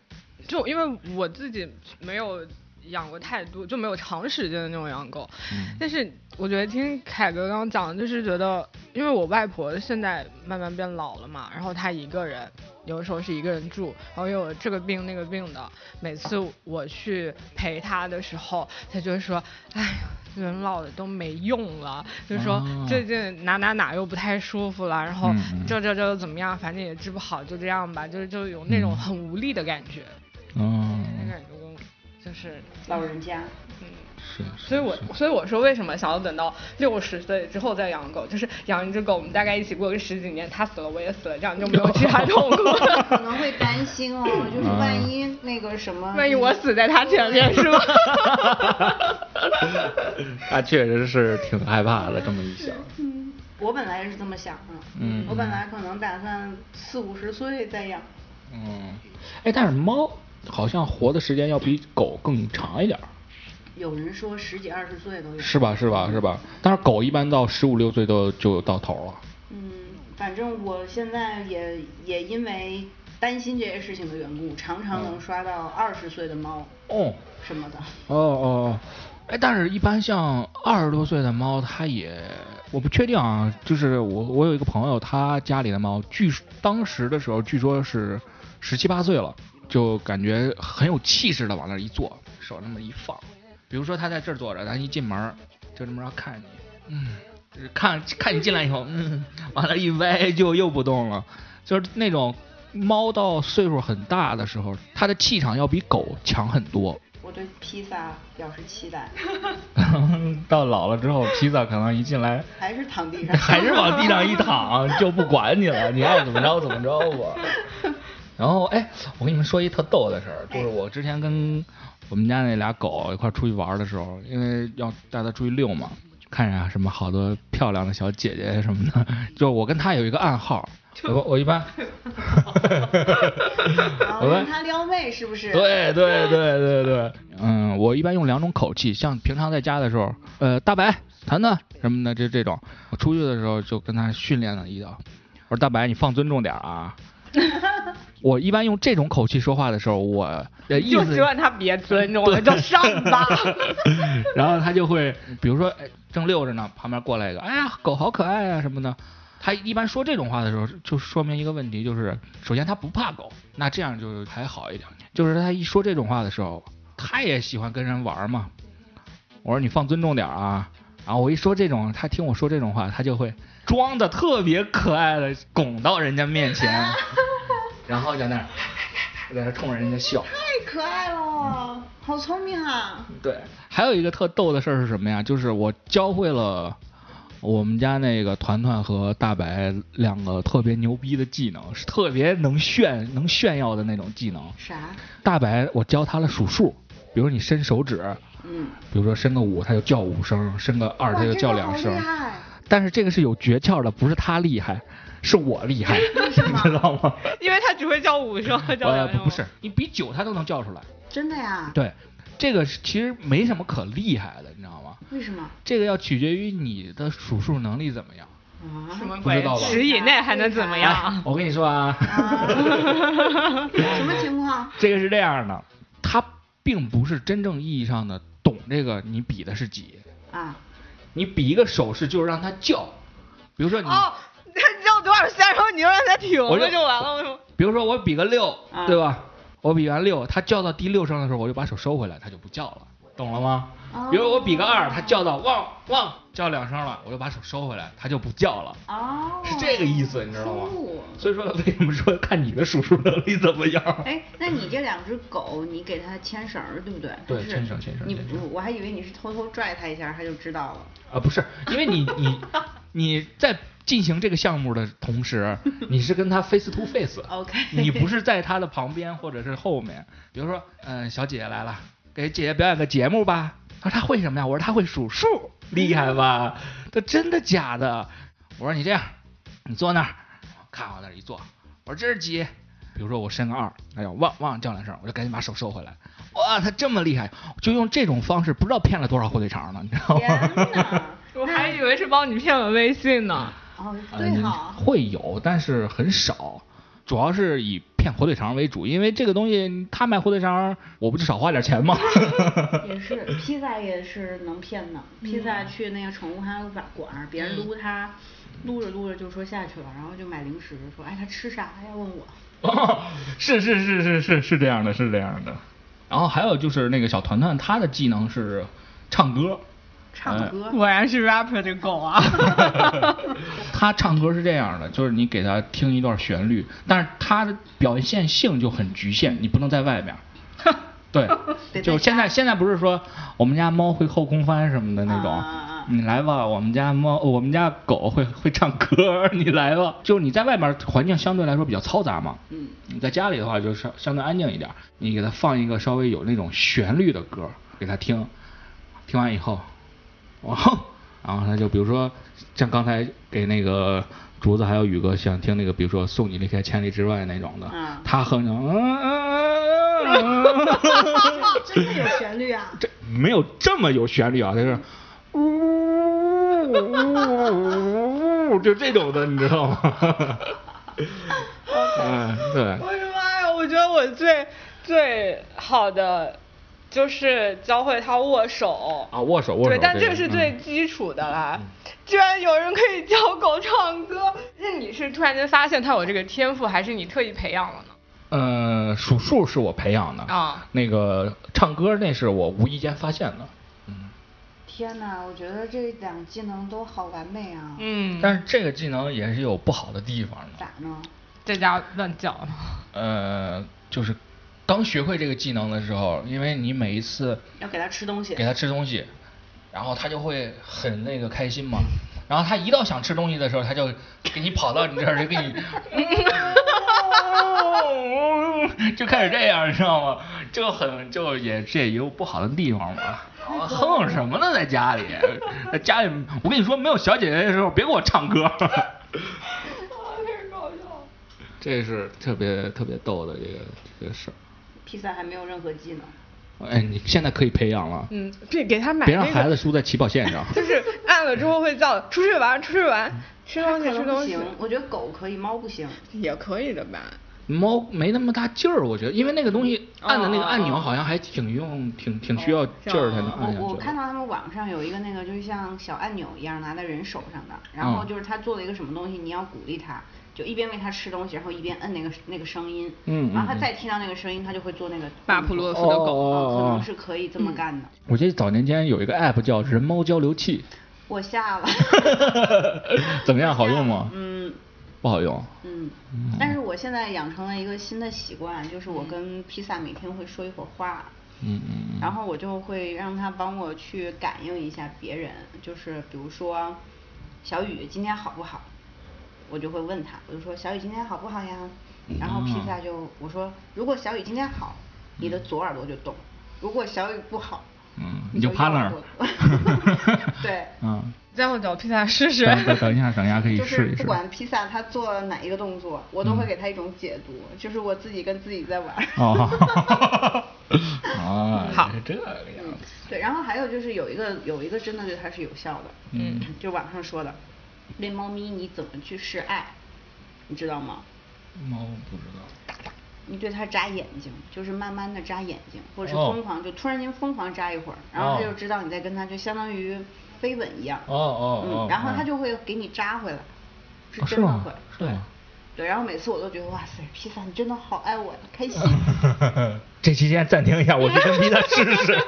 [SPEAKER 2] 就因为我自己没有养过太多，就没有长时间的那种养狗，
[SPEAKER 3] 嗯
[SPEAKER 2] 但是我觉得听凯哥刚刚讲，就是觉得，因为我外婆现在慢慢变老了嘛，然后她一个人，有的时候是一个人住，然后又有这个病那个病的。每次我去陪她的时候，她就会说：“哎呀，人老了都没用了。”就说、
[SPEAKER 3] 哦
[SPEAKER 2] 最近哪哪哪又不太舒服了，然后
[SPEAKER 3] 嗯嗯
[SPEAKER 2] 这这这又怎么样，反正也治不好，就这样吧，就是就有那种
[SPEAKER 3] 嗯
[SPEAKER 2] 很无力的感觉，
[SPEAKER 3] 嗯，
[SPEAKER 2] 那感觉跟我就是
[SPEAKER 4] 老人家，
[SPEAKER 3] 是。是
[SPEAKER 2] 所以我
[SPEAKER 3] 是
[SPEAKER 2] 所以我说为什么想要等到六十岁之后再养狗，就是养一只狗，我们大概一起过个十几年，它死了我也死了，这样就没有其他痛苦。
[SPEAKER 4] 可
[SPEAKER 3] (laughs)
[SPEAKER 4] 能会担 (clears throat) 心哦，就是万一那个什么，
[SPEAKER 2] 万一我死在它前面
[SPEAKER 3] (laughs)
[SPEAKER 2] 是吧？
[SPEAKER 3] 他确实是挺害怕的，这么一想。
[SPEAKER 4] 我本来是这么想的，
[SPEAKER 3] 嗯
[SPEAKER 4] 我本来可能打算四五十岁再养，
[SPEAKER 3] 嗯，哎，但是猫好像活的时间要比狗更长一点儿，
[SPEAKER 4] 有人说十几二十岁都有，
[SPEAKER 3] 是？吧？是吧？是吧？但是狗一般到十五六岁都就到头了。
[SPEAKER 4] 嗯，反正我现在也也因为担心这些事情的缘故，常常能刷到二十岁的猫
[SPEAKER 3] 哦，
[SPEAKER 4] 什么的。
[SPEAKER 3] 哦哦，哎，但是一般像二十多岁的猫，它也我不确定啊，就是我我有一个朋友，他家里的猫，据当时的时候据说是十七八岁了，就感觉很有气势的往那儿一坐，手那么一放，比如说他在这儿坐着，咱一进门儿就这么着看你，嗯，就是看看你进来以后，嗯，往那一歪就又不动了，就是那种。猫到岁数很大的时候，它的气场要比狗强很多。
[SPEAKER 4] 我对披萨表示期 (laughs) 待，
[SPEAKER 3] 到老了之后，披萨可能一进来 (laughs)
[SPEAKER 4] 还是躺地上，
[SPEAKER 3] 还是往地上一躺，就不管你了，你爱怎么着怎么着吧。然后哎，我跟你们说一特逗的事儿，就是我之前跟我们家那俩狗一块儿出去玩儿的时候，因为要带它出去遛嘛，看着啊什么好多漂亮的小姐姐什么的， (laughs) 就我跟它有一个暗号，我我一般，我们
[SPEAKER 4] 然后哦让它撩妹，是不是？
[SPEAKER 3] 对对对对对，嗯，我一般用两种口气，像平常在家的时候，呃，大白、谈谈什么的，这这种，我出去的时候就跟他训练了一道，我说大白，你放尊重点儿啊。 (laughs) 我一般用这种口气说话的时候，我
[SPEAKER 2] (laughs)
[SPEAKER 3] 的意
[SPEAKER 2] 就
[SPEAKER 3] 思
[SPEAKER 2] 希望它别尊重了，就上吧。
[SPEAKER 3] (laughs) 然后他就会，比如说哎正遛着呢，旁边过来一个，哎呀，狗好可爱啊什么的。他一般说这种话的时候，就说明一个问题，就是首先他不怕狗，那这样就还好一点。就是他一说这种话的时候，他也喜欢跟人玩嘛。我说你放尊重点啊。然后我一说这种，他听我说这种话，他就会装的特别可爱的拱到人家面前，然后在那儿在那儿冲着人家笑。
[SPEAKER 4] 太可爱了，好聪明啊！
[SPEAKER 3] 对，还有一个特逗的事儿是什么呀？就是我教会了我们家那个团团和大白两个特别牛逼的技能，是特别能炫、能炫耀的那种技能。
[SPEAKER 4] 啥？
[SPEAKER 3] 大白，我教他了数数，比如你伸手指，
[SPEAKER 4] 嗯，
[SPEAKER 3] 比如说伸个五，他就叫五声；伸个二，
[SPEAKER 4] 哇
[SPEAKER 3] 他就
[SPEAKER 4] 这
[SPEAKER 3] 叫
[SPEAKER 4] 个
[SPEAKER 3] 两
[SPEAKER 4] 好
[SPEAKER 3] 声
[SPEAKER 4] 厉害。
[SPEAKER 3] 但是这个是有诀窍的，不是他厉害，是我厉害， (laughs) 你知道吗？
[SPEAKER 2] (laughs) 因为它只会叫五
[SPEAKER 3] (laughs)
[SPEAKER 2] 声，叫
[SPEAKER 3] 呃，
[SPEAKER 2] 两声。
[SPEAKER 3] 不不是，你比九他都能叫出来。
[SPEAKER 4] 真的呀？，
[SPEAKER 3] 对，这个是其实没什么可厉害的，你知道吗？
[SPEAKER 4] 为什么？
[SPEAKER 3] 这个要取决于你的数数能力怎么样。
[SPEAKER 4] 啊？
[SPEAKER 2] 什么
[SPEAKER 3] 不
[SPEAKER 2] 鬼
[SPEAKER 3] 知道？吧
[SPEAKER 2] 十以内还能怎么
[SPEAKER 3] 哎
[SPEAKER 2] 样？
[SPEAKER 3] 我跟你说啊，
[SPEAKER 4] (laughs) 什么情况？
[SPEAKER 3] (laughs) 这个是这样的，他并不是真正意义上的懂这个你比的是几，
[SPEAKER 4] 啊？
[SPEAKER 3] 你比一个手势就是让他叫，比如说你，
[SPEAKER 2] 哦， (laughs) 它叫多少下，然后你就让它停
[SPEAKER 3] 我就
[SPEAKER 2] 了就完了，为什么？
[SPEAKER 3] 比如说我比个六，
[SPEAKER 4] 啊
[SPEAKER 3] 对吧？我比完六，他叫到第六声的时候，我就把手收回来，他就不叫了。懂了吗
[SPEAKER 4] 哦？
[SPEAKER 3] 比如我比个二，它叫到汪汪，叫两声了，我就把手收回来，它就不叫了。
[SPEAKER 4] 哦，
[SPEAKER 3] 是这个意思，你知道吗
[SPEAKER 4] 酷？
[SPEAKER 3] 所以说，为什么说看你的数数能力怎么样？
[SPEAKER 4] 哎，那你这两只狗，你给它牵绳儿，对不对？
[SPEAKER 3] 对
[SPEAKER 4] 就是
[SPEAKER 3] 牵绳牵绳
[SPEAKER 4] 你
[SPEAKER 3] 牵绳
[SPEAKER 4] 不，我还以为你是偷偷拽它一下，它就知道了。
[SPEAKER 3] 啊，不是，因为你你你在进行这个项目的同时，你是跟他 face to face。
[SPEAKER 4] OK
[SPEAKER 3] 你不是在他的旁边或者是后面。比如说，嗯，小姐姐来了，给姐姐表演个节目吧。她说她会什么呀？我说她会数数，厉害吧？她真的假的？我说你这样，你坐那儿，看往那儿一坐。我说这是几？比如说我伸个二，哎呀，汪汪叫两声，我就赶紧把手收回来。哇，他这么厉害，就用这种方式，不知道骗了多少火腿肠呢，你知道吗？
[SPEAKER 4] 天哪！
[SPEAKER 2] 我还以为是帮你骗我微信呢。
[SPEAKER 4] (laughs) 哦，
[SPEAKER 3] 嗯
[SPEAKER 4] 对哈，
[SPEAKER 3] 会有，但是很少，主要是以骗火腿肠为主，因为这个东西他卖火腿肠，我不就少花点钱吗？
[SPEAKER 4] (laughs) 也是，披萨也是能骗的。披萨去那个宠物handler 馆儿，别人撸它，撸着撸着就说下去了，然后就买零食，说哎它吃啥呀？问我。
[SPEAKER 3] 哦， (laughs) 是是是是是是这样的，是这样的。然后还有就是那个小团团，他的技能是唱歌，哎
[SPEAKER 4] 唱
[SPEAKER 2] (laughs)
[SPEAKER 4] 歌，(laughs)
[SPEAKER 2] 果然是 rapper 的狗
[SPEAKER 3] (laughs)
[SPEAKER 2] 啊！
[SPEAKER 4] (laughs)
[SPEAKER 3] 他唱歌是这样的，就是你给他听一段旋律，但是他的表现性就很局限，你不能在外面。对
[SPEAKER 4] (laughs) 得，
[SPEAKER 3] 就
[SPEAKER 4] 在
[SPEAKER 3] 现在现在不是说我们家猫会后空翻什么的那种
[SPEAKER 4] 啊啊啊，
[SPEAKER 3] 你来吧，我们家猫我们家狗会会唱歌，你来吧。 (laughs) 就是你在外面环境相对来说比较嘈杂嘛，
[SPEAKER 4] 嗯，
[SPEAKER 3] 你在家里的话就是相相对安静一点，你给它放一个稍微有那种旋律的歌给它听，听完以后，哇，然后他就比如说像刚才给那个竹子还有宇哥想听那个，比如说送你离开千里之外那种的，
[SPEAKER 4] 嗯
[SPEAKER 3] 他哼着，嗯嗯嗯嗯嗯
[SPEAKER 4] 真的有旋律啊！
[SPEAKER 3] 这没有这么有旋律啊，就是呜呜呜，就这种的，你知道吗？嗯，对，
[SPEAKER 2] 我的妈呀！哎我觉得我最最好的就是教会他握手
[SPEAKER 3] 啊握手握手
[SPEAKER 2] 对，但
[SPEAKER 3] 这
[SPEAKER 2] 这
[SPEAKER 3] 个
[SPEAKER 2] 个是
[SPEAKER 3] 嗯
[SPEAKER 2] 最基础的啦。居然有人可以教狗唱歌，那你是突然间发现他有这个天赋，还是你特意培养了呢？
[SPEAKER 3] 呃，数数是我培养的
[SPEAKER 2] 啊
[SPEAKER 3] 那个唱歌那是我无意间发现的，嗯，
[SPEAKER 4] 天哪，我觉得这两个技能都好完美啊！，
[SPEAKER 2] 嗯
[SPEAKER 3] 但是这个技能也是有不好的地方的
[SPEAKER 4] 咋，呢？
[SPEAKER 2] 在家乱叫呢。
[SPEAKER 3] 呃，就是刚学会这个技能的时候，因为你每一次
[SPEAKER 4] 要给它吃东西。
[SPEAKER 3] 给他吃东西，然后他就会很那个开心嘛。然后他一到想吃东西的时候，他就给你跑到你这儿，就给
[SPEAKER 4] (laughs)
[SPEAKER 3] 你，就开始这样，你知道吗？就很就也这也有不好的地方嘛。啊哼什么呢，在家里，在家里，我跟你说，没有小姐姐的时候，别给我唱歌。这是特别特别逗的这个这个事儿。
[SPEAKER 4] 披萨还没有任何技能。
[SPEAKER 3] 哎，你现在可以培养了，
[SPEAKER 2] 嗯，别给他买
[SPEAKER 3] 别
[SPEAKER 2] 那
[SPEAKER 3] 让孩
[SPEAKER 2] 个，
[SPEAKER 3] 子输在起跑线上。
[SPEAKER 2] (laughs) 就是按了之后会叫出去玩，出去玩，吃
[SPEAKER 4] 它
[SPEAKER 2] 东西，
[SPEAKER 4] 可
[SPEAKER 2] 吃
[SPEAKER 4] 能不
[SPEAKER 2] 东西
[SPEAKER 4] 行，，我觉得狗可以，猫不行。
[SPEAKER 2] 也可以的吧。
[SPEAKER 3] 猫没那么大劲儿，我觉得，因为那个东西
[SPEAKER 2] 哦
[SPEAKER 3] 按的那个按钮好像还挺用，挺挺需要劲儿才能按下去的。
[SPEAKER 4] 哦我我看到他们网上有一个那个，就是像小按钮一样拿在人手上的，然后
[SPEAKER 3] 嗯
[SPEAKER 4] 就是他做了一个什么东西，你要鼓励他，就一边喂他吃东西，然后一边摁那个那个声音，
[SPEAKER 3] 嗯
[SPEAKER 4] 然后他
[SPEAKER 3] 嗯嗯
[SPEAKER 4] 再听到那个声音，他就会做那个
[SPEAKER 2] 马
[SPEAKER 4] 动
[SPEAKER 2] 普
[SPEAKER 4] 作
[SPEAKER 2] 洛夫
[SPEAKER 3] 哦
[SPEAKER 2] 的
[SPEAKER 3] 哦
[SPEAKER 2] 狗。
[SPEAKER 4] 哦，可能
[SPEAKER 3] 哦
[SPEAKER 4] 是可以这么干的。
[SPEAKER 3] 我记得早年间有一个 app 叫人猫交流器，
[SPEAKER 4] 我下了，
[SPEAKER 3] (laughs) 怎么样？好用吗？
[SPEAKER 4] (laughs) 嗯
[SPEAKER 3] 不好用。
[SPEAKER 4] 嗯，但是我现在养成了一个新的习惯，就是我跟披萨每天会说一会儿话。
[SPEAKER 3] 嗯嗯
[SPEAKER 4] 然后我就会让他帮我去感应一下别人，就是比如说小雨今天好不好，我就会问他，我就说小雨今天好不好呀？
[SPEAKER 3] 嗯
[SPEAKER 4] 然后披萨就我说如果小雨今天好，你的左耳朵就动；如果小雨不好，
[SPEAKER 3] 嗯，你
[SPEAKER 4] 你
[SPEAKER 3] 就趴那儿
[SPEAKER 4] 右耳朵 (laughs)
[SPEAKER 3] (laughs)
[SPEAKER 4] 对，
[SPEAKER 3] 嗯，
[SPEAKER 2] 让我找披萨试试。
[SPEAKER 3] 等等等一下，等一下可以
[SPEAKER 4] 就是
[SPEAKER 3] 试一
[SPEAKER 4] 不
[SPEAKER 3] 试。
[SPEAKER 4] 管披萨他做哪一个动作，我都会给他一种解读，就是我自己跟自己在玩。
[SPEAKER 3] 嗯哦， (laughs)
[SPEAKER 4] (laughs)
[SPEAKER 3] 啊，
[SPEAKER 2] 好
[SPEAKER 3] 是这个样子。
[SPEAKER 4] 对，然后还有就是有一个有一个真的对它是有效的，
[SPEAKER 3] 嗯，
[SPEAKER 4] 就网上说的，对猫咪你怎么去示爱，你知道吗？
[SPEAKER 3] 猫不知道。
[SPEAKER 4] 你对它眨眼睛，就是慢慢的眨眼睛，或者是
[SPEAKER 3] 哦
[SPEAKER 4] 疯狂，就突然间疯狂眨一会儿，然后
[SPEAKER 3] 哦
[SPEAKER 4] 它就知道你在跟它，就相当于飞吻一样。
[SPEAKER 3] 哦哦哦
[SPEAKER 4] 嗯，然后它
[SPEAKER 3] 哦
[SPEAKER 4] 就会给你扎回来，是
[SPEAKER 3] 哦是
[SPEAKER 4] 真的
[SPEAKER 3] 吗
[SPEAKER 4] 会。
[SPEAKER 3] 是
[SPEAKER 4] 对
[SPEAKER 3] 吗。
[SPEAKER 4] 对，然后每次我都觉得哇塞，披萨你真
[SPEAKER 3] (laughs)
[SPEAKER 4] 的好爱我呀，开心。 (laughs)
[SPEAKER 3] 这期间暂停一下，我去跟披萨试试。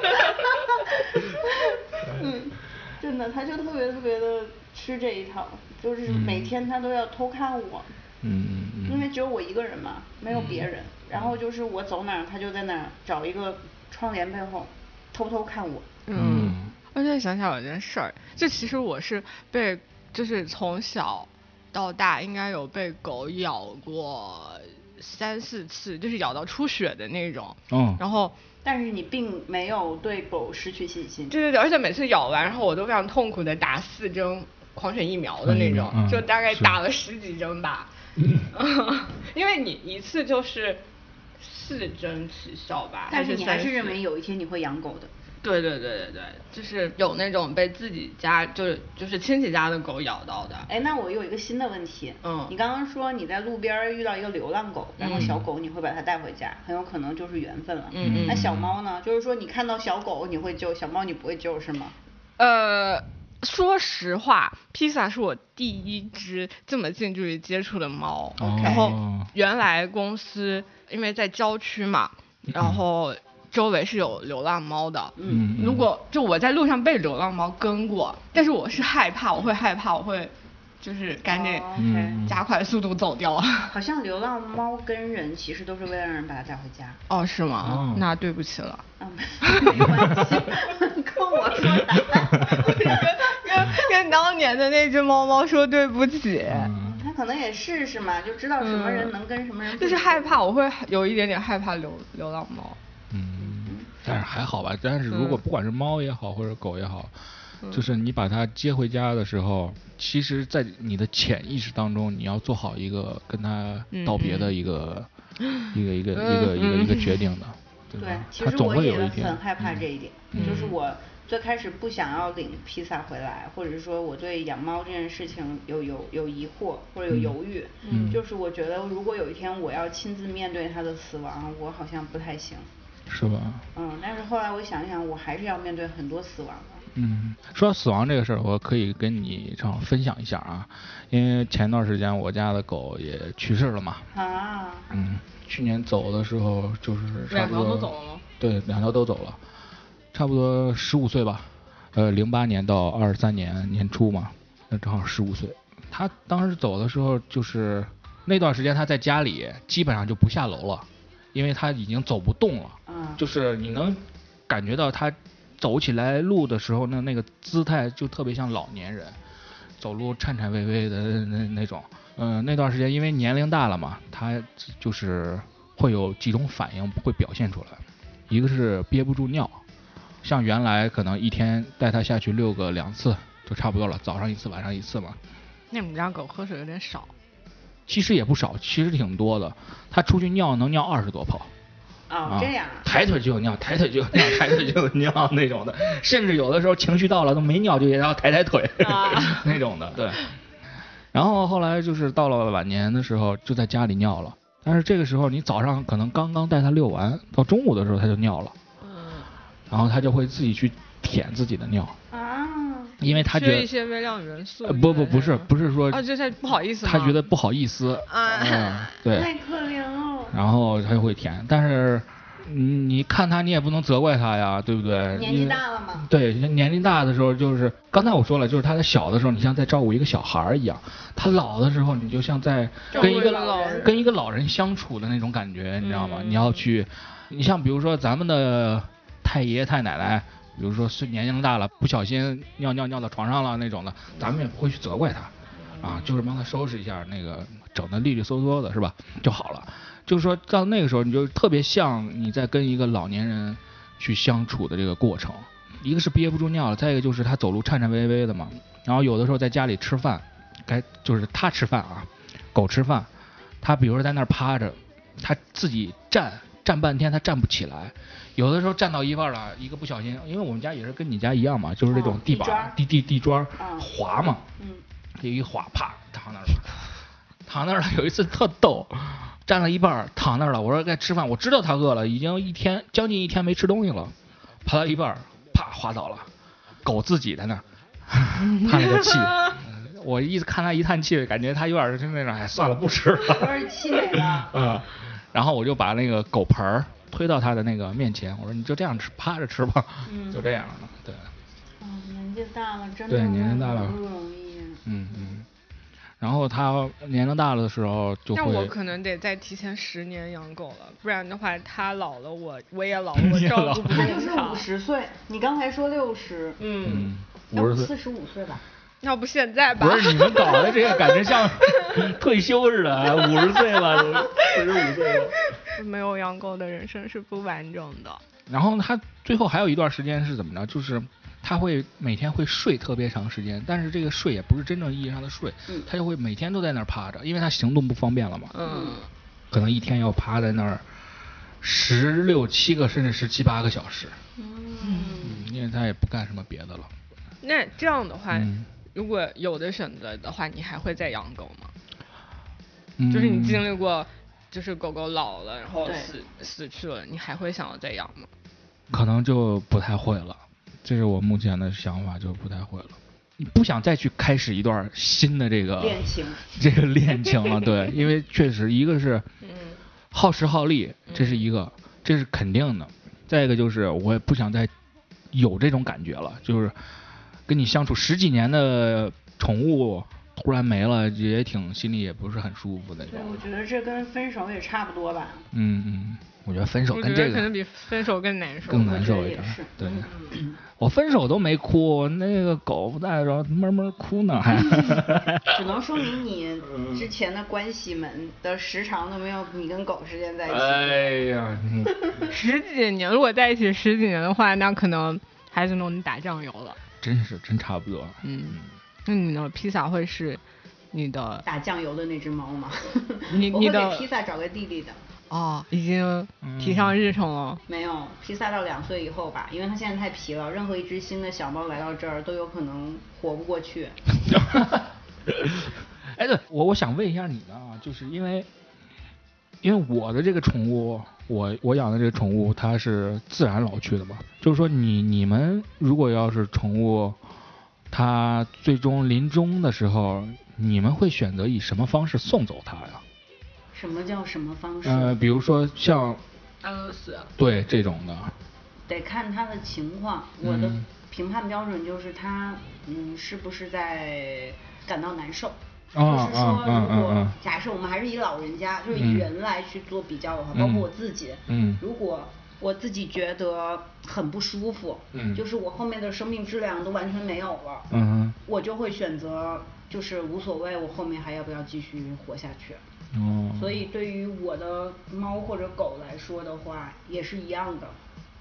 [SPEAKER 4] 嗯，真的，它就特别特别的吃这一套，就是每天它都要偷看我。
[SPEAKER 3] 嗯嗯
[SPEAKER 4] 因为只有我一个人嘛，没有别人。然后就是我走哪儿，它就在哪儿找一个窗帘背后偷偷看我。
[SPEAKER 2] 嗯，而且想想有件事儿，就其实我是被，就是从小到大应该有被狗咬过三四次，就是咬到出血的那种。
[SPEAKER 3] 嗯
[SPEAKER 2] 然后，
[SPEAKER 4] 但是你并没有对狗失去信心。
[SPEAKER 2] 对对对，而且每次咬完，然后我都非常痛苦的打四针狂犬疫苗的那种，
[SPEAKER 3] 嗯嗯
[SPEAKER 2] 就大概
[SPEAKER 3] 是
[SPEAKER 2] 打了十几针
[SPEAKER 3] (laughs)
[SPEAKER 2] 吧。因为你一次就是四针起效吧，
[SPEAKER 4] 但是你还
[SPEAKER 2] 三
[SPEAKER 4] 是认
[SPEAKER 2] 次
[SPEAKER 4] 为有一天你会养狗的。
[SPEAKER 2] 对对对对对，就是有那种被自己家就是就是亲戚家的狗咬到的。
[SPEAKER 4] 哎，那我有一个新的问题。
[SPEAKER 2] 嗯
[SPEAKER 4] 你刚刚说你在路边儿遇到一个流浪狗，然后小狗你会把它带回家，很有可能就是缘分了。
[SPEAKER 2] 嗯嗯
[SPEAKER 4] 那小猫呢？就是说你看到小狗你会救，小猫你不会救是吗？
[SPEAKER 2] 呃，说实话，披萨是我第一只这么近距离接触的猫。
[SPEAKER 3] OK
[SPEAKER 2] 然后
[SPEAKER 3] 哦
[SPEAKER 2] 原来公司因为在郊区嘛，然后周围是有流浪猫的。
[SPEAKER 3] 嗯嗯
[SPEAKER 2] 如果就我在路上被流浪猫跟过，但是我是害怕，我会害怕，我会就是赶紧
[SPEAKER 4] 哦 OK
[SPEAKER 3] 嗯
[SPEAKER 2] 加快速度走掉。
[SPEAKER 4] 好像流浪猫跟人其实都是为了让人把它带回家。
[SPEAKER 2] 哦，是吗？
[SPEAKER 3] 哦
[SPEAKER 2] 那对不起了。
[SPEAKER 4] 啊，没关系， (laughs) 跟我说啥？
[SPEAKER 2] (laughs) 跟跟当年的那只猫猫说对不起，
[SPEAKER 3] 嗯
[SPEAKER 4] 他可能也试试嘛，就知道什么人能跟什么人不
[SPEAKER 2] 嗯就
[SPEAKER 4] 能跟。
[SPEAKER 2] 是害怕，我会有一点点害怕流流浪猫。
[SPEAKER 3] 嗯，但是还好吧。但是
[SPEAKER 4] 嗯
[SPEAKER 3] 如果不管是猫也好，或者狗也好，就是你把它接回家的时候，其实，在你的潜意识当中，你要做好一个跟它
[SPEAKER 4] 嗯
[SPEAKER 3] 道别的一
[SPEAKER 4] (laughs)
[SPEAKER 3] 个一个一个一个一个一个决定的，
[SPEAKER 4] 对
[SPEAKER 3] 吧，？
[SPEAKER 4] 其
[SPEAKER 3] 它
[SPEAKER 4] 实
[SPEAKER 3] 总
[SPEAKER 4] 我
[SPEAKER 3] 会
[SPEAKER 4] 也
[SPEAKER 3] 有一天嗯
[SPEAKER 4] 很害怕这一点，就是我最开始不想要领披萨回来，或者说我对养猫这件事情有有有疑惑或者有犹豫，
[SPEAKER 3] 嗯
[SPEAKER 4] 就是我觉得如果有一天我要亲自面对它的死亡，我好像不太行。
[SPEAKER 3] 是吧？
[SPEAKER 4] 嗯，但是后来我想一想，我还是要面对很多死亡的。
[SPEAKER 3] 嗯，说到死亡这个事儿，我可以跟你正好分享一下啊，因为前段时间我家的狗也去世了嘛，
[SPEAKER 4] 啊，
[SPEAKER 3] 嗯，去年走的时候就是差
[SPEAKER 2] 两
[SPEAKER 3] 不
[SPEAKER 2] 条
[SPEAKER 3] 多
[SPEAKER 2] 都走了吗
[SPEAKER 3] 对，两条都走了，差不多十五岁吧，呃，零八年到二三年年初嘛，那正好十五岁。他当时走的时候，就是那段时间他在家里基本上就不下楼了，因为他已经走不动了。
[SPEAKER 4] 嗯，
[SPEAKER 3] 就是你能感觉到他走起来路的时候，那那个姿态就特别像老年人，走路颤颤巍巍的那那那种。嗯、那段时间因为年龄大了嘛，他就是会有几种反应会表现出来，一个是憋不住尿，像原来可能一天带他下去遛个两次就差不多了，早上一次，晚上一次嘛。
[SPEAKER 2] 那你们家狗喝水有点少，
[SPEAKER 3] 其实也不少，其实挺多的。他出去尿能尿二十多泡。
[SPEAKER 4] 哦，这样啊，
[SPEAKER 3] 抬腿就有尿，抬腿就有尿， (laughs) 抬腿就有尿那种的，甚至有的时候情绪到了都没尿就也要抬抬腿、
[SPEAKER 4] 啊
[SPEAKER 3] (laughs) 那种的，对。然后后来就是到了晚年的时候，就在家里尿了。但是这个时候你早上可能刚刚带他遛完，到中午的时候他就尿了，
[SPEAKER 4] 嗯
[SPEAKER 3] 然后他就会自己去舔自己的尿，
[SPEAKER 4] 啊，
[SPEAKER 3] 因为他觉
[SPEAKER 2] 缺一
[SPEAKER 3] 得
[SPEAKER 2] 些微量元素。
[SPEAKER 3] 呃不不不是
[SPEAKER 2] 对
[SPEAKER 3] 不是说
[SPEAKER 2] 啊，就是不好意思吗。
[SPEAKER 3] 他觉得不好意思，
[SPEAKER 2] 啊
[SPEAKER 3] 嗯，对，
[SPEAKER 4] 太可怜哦了。
[SPEAKER 3] 然后他就会舔，但是你你看他，你也不能责怪他呀，对不对？
[SPEAKER 4] 年纪大了嘛。
[SPEAKER 3] 对，年龄大的时候就是刚才我说了，就是他在小的时候，你像在照顾一个小孩儿一样；他老的时候，你就像在
[SPEAKER 4] 照
[SPEAKER 3] 跟
[SPEAKER 4] 顾
[SPEAKER 3] 一
[SPEAKER 4] 一
[SPEAKER 3] 个
[SPEAKER 4] 个老人嗯
[SPEAKER 3] 跟一个老人相处的那种感觉，你知道吗？你要去，你像比如说咱们的太爷太奶奶，比如说是年龄大了，不小心尿尿尿到床上了那种的，咱们也不会去责怪他。啊，就是帮他收拾一下那个，整的利利索索的，是吧？就好了。就是说到那个时候，你就特别像你在跟一个老年人去相处的这个过程。一个是憋不住尿了，再一个就是他走路颤颤巍巍的嘛。然后有的时候在家里吃饭，该就是他吃饭啊，狗吃饭，他比如说在那儿趴着，他自己站站半天，他站不起来。有的时候站到一半了，一个不小心，因为我们家也是跟你家一样嘛，就是那种
[SPEAKER 4] 嗯地
[SPEAKER 3] 板、
[SPEAKER 4] 砖儿
[SPEAKER 3] 地地地砖儿
[SPEAKER 4] 嗯
[SPEAKER 3] 滑嘛，
[SPEAKER 4] 嗯，
[SPEAKER 3] 有一滑，啪躺那儿了，躺那儿了。有一次特逗，站了一半儿躺那儿了，我说该吃饭，我知道他饿了，已经一天将近一天没吃东西了，爬到一半儿啪滑倒了，狗自己在那儿 (laughs) 叹了个气。我一直看他一叹气，感觉他有点儿就那种，哎，算了，不吃了。
[SPEAKER 4] 有点气馁了。
[SPEAKER 3] 嗯，然后我就把那个狗盆儿推到他的那个面前，我说你就这样吃，趴着吃吧，
[SPEAKER 4] 嗯
[SPEAKER 3] 就这样了。对，
[SPEAKER 4] 哦，年纪大了，真的
[SPEAKER 3] 对年纪大了
[SPEAKER 4] 不容易。啊
[SPEAKER 3] 嗯嗯。然后他年龄大了的时候就
[SPEAKER 2] 那
[SPEAKER 3] 会，
[SPEAKER 2] 我可能得再提前十年养狗了，不然的话，它老了我，我也
[SPEAKER 3] (laughs)
[SPEAKER 2] 老，
[SPEAKER 3] 你
[SPEAKER 2] 我
[SPEAKER 3] 也
[SPEAKER 2] 照
[SPEAKER 3] 老
[SPEAKER 2] 顾不
[SPEAKER 4] 他
[SPEAKER 2] 动
[SPEAKER 4] 就是
[SPEAKER 2] 它
[SPEAKER 4] 五。十岁，你刚才说六十，
[SPEAKER 2] 嗯，
[SPEAKER 3] 嗯，五十岁
[SPEAKER 4] 四。十五岁吧。
[SPEAKER 2] 要不现在吧
[SPEAKER 3] 不？是你们搞的这个，感觉像退休似的，五十岁了，四十五岁了。
[SPEAKER 2] (laughs) 没有养狗的人生是不完整的。
[SPEAKER 3] 然后他最后还有一段时间是怎么着？就是他会每天会睡特别长时间，但是这个睡也不是真正意义上的睡，
[SPEAKER 4] 嗯
[SPEAKER 3] 他就会每天都在那儿趴着，因为他行动不方便了嘛，
[SPEAKER 2] 嗯，
[SPEAKER 3] 可能一天要趴在那儿十六七个甚至十七八个小时，
[SPEAKER 4] 嗯，
[SPEAKER 3] 嗯，因为他也不干什么别的了。
[SPEAKER 2] 那这样的话，
[SPEAKER 3] 嗯
[SPEAKER 2] 如果有的选择的话，你还会再养狗吗？
[SPEAKER 3] 嗯
[SPEAKER 2] 就是你经历过，就是狗狗老了，然后
[SPEAKER 4] 对
[SPEAKER 2] 死死去了，你还会想要再养吗？
[SPEAKER 3] 可能就不太会了。这是我目前的想法，就不太会了。你不想再去开始一段新的这个
[SPEAKER 4] 恋情，
[SPEAKER 3] 这个恋情了，对，因为确实一个是
[SPEAKER 2] 嗯
[SPEAKER 3] 耗时耗力，这是一
[SPEAKER 4] 嗯
[SPEAKER 3] 个，这是肯定的。再一个就是我也不想再有这种感觉了，就是跟你相处十几年的宠物突然没了，也挺心里也不是很舒服的那
[SPEAKER 4] 对，
[SPEAKER 3] 种
[SPEAKER 4] 我。觉得这跟分手也差不多吧。
[SPEAKER 3] 嗯嗯，我觉得分手
[SPEAKER 2] 我
[SPEAKER 3] 跟
[SPEAKER 2] 觉
[SPEAKER 3] 这
[SPEAKER 2] 得
[SPEAKER 3] 个
[SPEAKER 2] 可能比分手更难受。
[SPEAKER 3] 更
[SPEAKER 4] 我
[SPEAKER 3] 难
[SPEAKER 4] 觉
[SPEAKER 3] 受
[SPEAKER 4] 得
[SPEAKER 3] 一
[SPEAKER 4] 也
[SPEAKER 3] 点
[SPEAKER 4] 是。
[SPEAKER 3] 对， (laughs) 我分手都没哭，那个狗不在着，慢慢哭呢还。
[SPEAKER 4] 只能说明你
[SPEAKER 3] 嗯
[SPEAKER 4] 之前的关系们的时长都没有你跟狗之间在一起。
[SPEAKER 3] 哎呀，你
[SPEAKER 2] 十几年，如果在一起十几年的话，那可能还是能打酱油了。
[SPEAKER 3] 真是真差不多。
[SPEAKER 2] 嗯，那你呢？披萨会是你的
[SPEAKER 4] 打酱油的那只猫吗？ (laughs)
[SPEAKER 2] 你
[SPEAKER 4] 我
[SPEAKER 2] 你
[SPEAKER 4] 会
[SPEAKER 2] 的
[SPEAKER 4] 给披萨找个弟弟的。
[SPEAKER 2] 哦，已经提上日程了。
[SPEAKER 4] 没有，披萨到两岁以后吧，因为它现在太皮了，任何一只新的小猫来到这儿都有可能活不过去。
[SPEAKER 3] (laughs) 哎，对，我我想问一下你呢，啊就是因为，因为我的这个宠物，我我养的这个宠物，它是自然老去的嘛，就是说你你们如果要是宠物，它最终临终的时候，你们会选择以什么方式送走它呀？
[SPEAKER 4] 什么叫什么方式？
[SPEAKER 3] 呃，比如说像
[SPEAKER 2] 安乐嗯死。
[SPEAKER 3] 对这种的，
[SPEAKER 4] 得看它的情况。我的
[SPEAKER 3] 嗯
[SPEAKER 4] 评判标准就是它，嗯，是不是在感到难受？就
[SPEAKER 3] 啊啊
[SPEAKER 4] 是说，
[SPEAKER 3] 啊啊
[SPEAKER 4] 如果
[SPEAKER 3] 啊
[SPEAKER 4] 假设我们还是以老人家，就是以
[SPEAKER 3] 嗯
[SPEAKER 4] 人来去做比较的话，包括
[SPEAKER 3] 嗯
[SPEAKER 4] 我自己，
[SPEAKER 3] 嗯
[SPEAKER 4] 如果我自己觉得很不舒服，
[SPEAKER 3] 嗯
[SPEAKER 4] 就是我后面的生命质量都完全没有了，
[SPEAKER 3] 嗯
[SPEAKER 4] 我就会选择就是无所谓，我后面还要不要继续活下去。
[SPEAKER 3] 哼，哦，
[SPEAKER 4] 所以对于我的猫或者狗来说的话，也是一样的。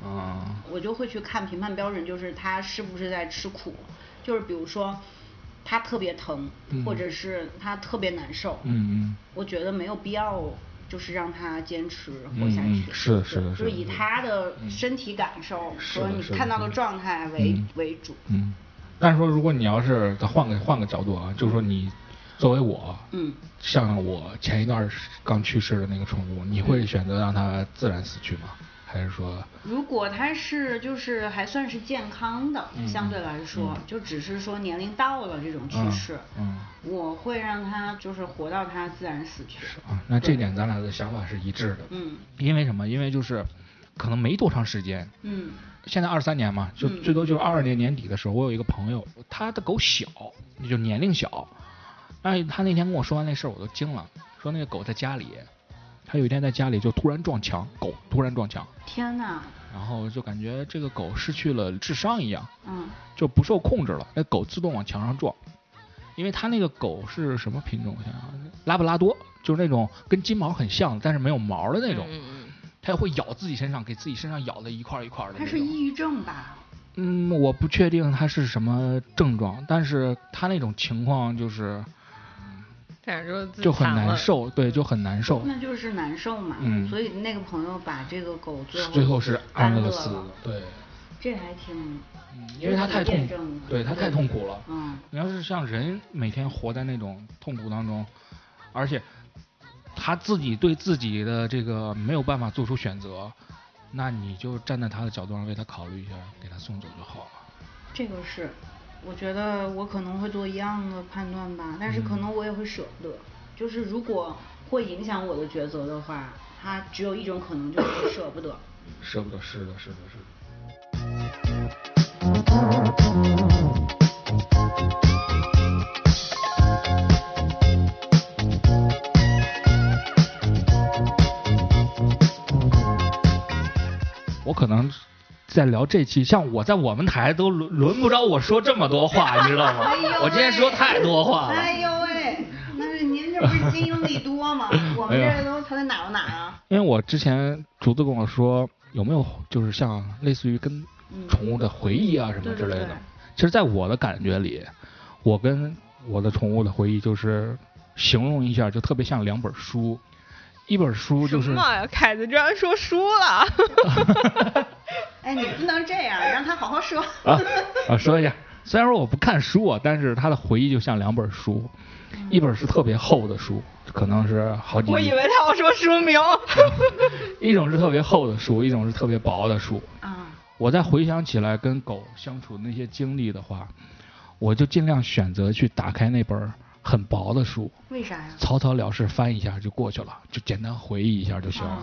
[SPEAKER 3] 啊，
[SPEAKER 4] 我就会去看评判标准，就是它是不是在吃苦，就是比如说它特别疼，
[SPEAKER 3] 嗯
[SPEAKER 4] 或者是它特别难受，
[SPEAKER 3] 嗯嗯
[SPEAKER 4] 我觉得没有必要就是让它坚持活
[SPEAKER 3] 嗯
[SPEAKER 4] 下
[SPEAKER 3] 嗯
[SPEAKER 4] 去，
[SPEAKER 3] 是的
[SPEAKER 4] 对
[SPEAKER 3] 是的是
[SPEAKER 4] 就是
[SPEAKER 3] 的
[SPEAKER 4] 以
[SPEAKER 3] 是的
[SPEAKER 4] 它的身体感受
[SPEAKER 3] 是
[SPEAKER 4] 和
[SPEAKER 3] 的
[SPEAKER 4] 你
[SPEAKER 3] 是的
[SPEAKER 4] 看到
[SPEAKER 3] 是
[SPEAKER 4] 的
[SPEAKER 3] 的
[SPEAKER 4] 状态为
[SPEAKER 3] 嗯
[SPEAKER 4] 为主，
[SPEAKER 3] 嗯。但是说，如果你要是再换个换个角度啊，就是说你作为我，
[SPEAKER 4] 嗯，
[SPEAKER 3] 像我前一段刚去世的那个宠物，你会选择让它自然死去吗？还是说，
[SPEAKER 4] 如果它是就是还算是健康的，
[SPEAKER 3] 嗯
[SPEAKER 4] 相对来说，
[SPEAKER 3] 嗯
[SPEAKER 4] 就只是说年龄到了这种趋
[SPEAKER 3] 嗯
[SPEAKER 4] 势，
[SPEAKER 3] 嗯
[SPEAKER 4] 我会让它就是活到它自然死去。
[SPEAKER 3] 啊，那这点咱俩的想法是一致的。
[SPEAKER 4] 嗯
[SPEAKER 3] 因为什么？因为就是可能没多长时间，
[SPEAKER 4] 嗯
[SPEAKER 3] 现在二三年嘛，就
[SPEAKER 4] 嗯
[SPEAKER 3] 最多就是二二年年底的时候，我有一个朋友，他的狗小，就年龄小。哎，他那天跟我说完那事儿，我都惊了，说那个狗在家里，他有一天在家里就突然撞墙，狗突然撞墙，
[SPEAKER 4] 天哪，
[SPEAKER 3] 然后就感觉这个狗失去了智商一样，
[SPEAKER 4] 嗯
[SPEAKER 3] 就不受控制了，那狗自动往墙上撞。因为他那个狗是什么品种？我想想啊，拉布拉多，就是那种跟金毛很像，但是没有毛的那种，
[SPEAKER 2] 嗯嗯
[SPEAKER 3] 它会咬自己身上，给自己身上咬的一块儿一块儿的。
[SPEAKER 4] 它
[SPEAKER 3] 那
[SPEAKER 4] 是
[SPEAKER 3] 种。
[SPEAKER 4] 抑郁症吧？
[SPEAKER 3] 嗯，我不确定他是什么症状，但是他那种情况就是
[SPEAKER 2] 嗯，反正就是自
[SPEAKER 3] 就很
[SPEAKER 2] 残了
[SPEAKER 3] 难。受，对，就很难受。
[SPEAKER 4] 那就是难受嘛。
[SPEAKER 3] 哦嗯
[SPEAKER 4] 所以那个朋友把这个狗最后
[SPEAKER 3] 最后是安
[SPEAKER 4] 安
[SPEAKER 3] 乐死
[SPEAKER 4] 了
[SPEAKER 3] 的，，对，
[SPEAKER 4] 这还挺，
[SPEAKER 3] 嗯因为他太痛
[SPEAKER 4] 验证的，
[SPEAKER 3] 对他太痛苦了。
[SPEAKER 4] 嗯
[SPEAKER 3] 你要是像人每天活在那种痛苦当中，而且他自己对自己的这个没有办法做出选择，那你就站在他的角度上为他考虑一下，给他送走就好了。
[SPEAKER 4] 这个是，我觉得我可能会做一样的判
[SPEAKER 3] 嗯
[SPEAKER 4] 断吧，但是可能我也会舍不得，就是如果会影响我的抉择的话，它只有一种可能，就是舍不得。
[SPEAKER 3] 舍不得，是的，是的，是的。我可能在聊这期，像我在我们台都轮轮不着我说这么多话，你知道吗
[SPEAKER 4] 哎呦喂？
[SPEAKER 3] 我今天说太多话了。
[SPEAKER 4] 哎呦喂，那是您这不是经营力
[SPEAKER 3] (laughs)
[SPEAKER 4] 多吗？我们这都才哪有哪啊？
[SPEAKER 3] 因为我之前竹子跟我说，有没有就是像类似于跟
[SPEAKER 4] 嗯
[SPEAKER 3] 宠物的回忆啊什么之类的？
[SPEAKER 4] 对对对
[SPEAKER 3] 其实，在我的感觉里，我跟我的宠物的回忆就是形容一下，就特别像两本书，一本书就是
[SPEAKER 2] 什么啊呀？凯子居然说输了，
[SPEAKER 4] 哎，你不能这样，让他好好说。
[SPEAKER 3] (laughs) 啊啊，说一下，虽然说我不看书啊，但是它的回忆就像两本书，一本是特别厚的书，可能是好几
[SPEAKER 2] 嗯我以
[SPEAKER 3] 页
[SPEAKER 2] 为他要说书 (laughs) 名。
[SPEAKER 3] 一种是特别厚的书，一种是特别薄的书。
[SPEAKER 4] (laughs) 啊，
[SPEAKER 3] 我再回想起来跟狗相处的那些经历的话，我就尽量选择去打开那本很薄的书，
[SPEAKER 4] 为啥呀？
[SPEAKER 3] 草草了事翻一下就过去了，就简单回忆一下就行了。
[SPEAKER 4] 哦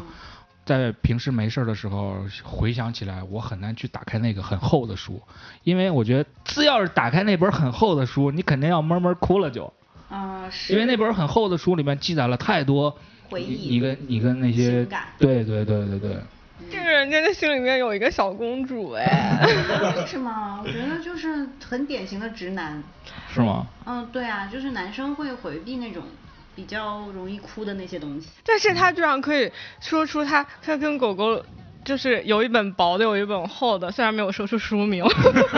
[SPEAKER 3] 在平时没事儿的时候回想起来，我很难去打开那个很厚的书，因为我觉得只要是打开那本很厚的书，你肯定要闷闷哭了就，
[SPEAKER 4] 啊，
[SPEAKER 3] 因为
[SPEAKER 4] 是
[SPEAKER 3] 那本很厚的书里面记载了太多
[SPEAKER 4] 回忆
[SPEAKER 3] 你你跟你跟那些
[SPEAKER 4] 情感
[SPEAKER 3] 对对对对对。
[SPEAKER 2] 这个人真的心里面有一个小公主 (laughs) 哎。
[SPEAKER 4] (laughs) 为什么？啊我觉得就是很典型的直男。
[SPEAKER 3] 是吗？
[SPEAKER 4] 嗯，对啊，就是男生会回避那种比较容易哭的那些东西。
[SPEAKER 2] 但是他居然可以说出他他跟狗狗就是有一本薄的，有一本厚的，虽然没有说出书 (laughs) 名。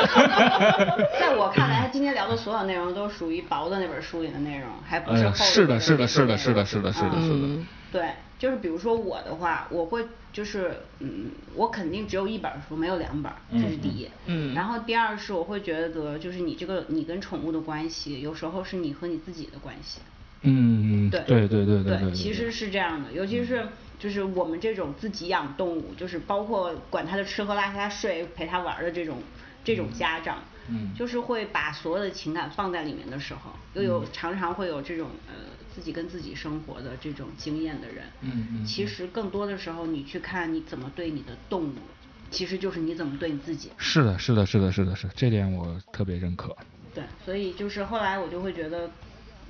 [SPEAKER 4] (laughs) 在我看来，他今天聊的所有内容都属于薄的那本书里的内容，还不
[SPEAKER 3] 哎
[SPEAKER 4] 是
[SPEAKER 3] 呀，
[SPEAKER 4] 厚
[SPEAKER 3] 是的，
[SPEAKER 4] 的，
[SPEAKER 3] 是的，是的，是的，是的，是的，是的
[SPEAKER 2] 嗯，
[SPEAKER 4] 对，就是比如说我的话，我会就是嗯，我肯定只有一本儿书，没有两本儿，这是第一。
[SPEAKER 2] 嗯嗯
[SPEAKER 4] 然后第二是我会觉得，就是你这个你跟宠物的关系，有时候是你和你自己的关系。
[SPEAKER 3] 嗯，
[SPEAKER 4] 对
[SPEAKER 3] 对，对，对，对，
[SPEAKER 4] 其实是这样的，尤其是就是我们这种自己养动物，就是包括管它的吃喝拉撒睡、陪它玩儿的这种这种家长，
[SPEAKER 3] 嗯
[SPEAKER 4] 就是会把所有的情感放在里面的时候，又有
[SPEAKER 3] 嗯
[SPEAKER 4] 常常会有这种呃自己跟自己生活的这种经验的人，
[SPEAKER 3] 嗯嗯
[SPEAKER 4] 其实更多的时候你去看你怎么对你的动物，其实就是你怎么对你自己，
[SPEAKER 3] 是的，是的，是的，是的，是的这点我特别认可。
[SPEAKER 4] 对，所以就是后来我就会觉得，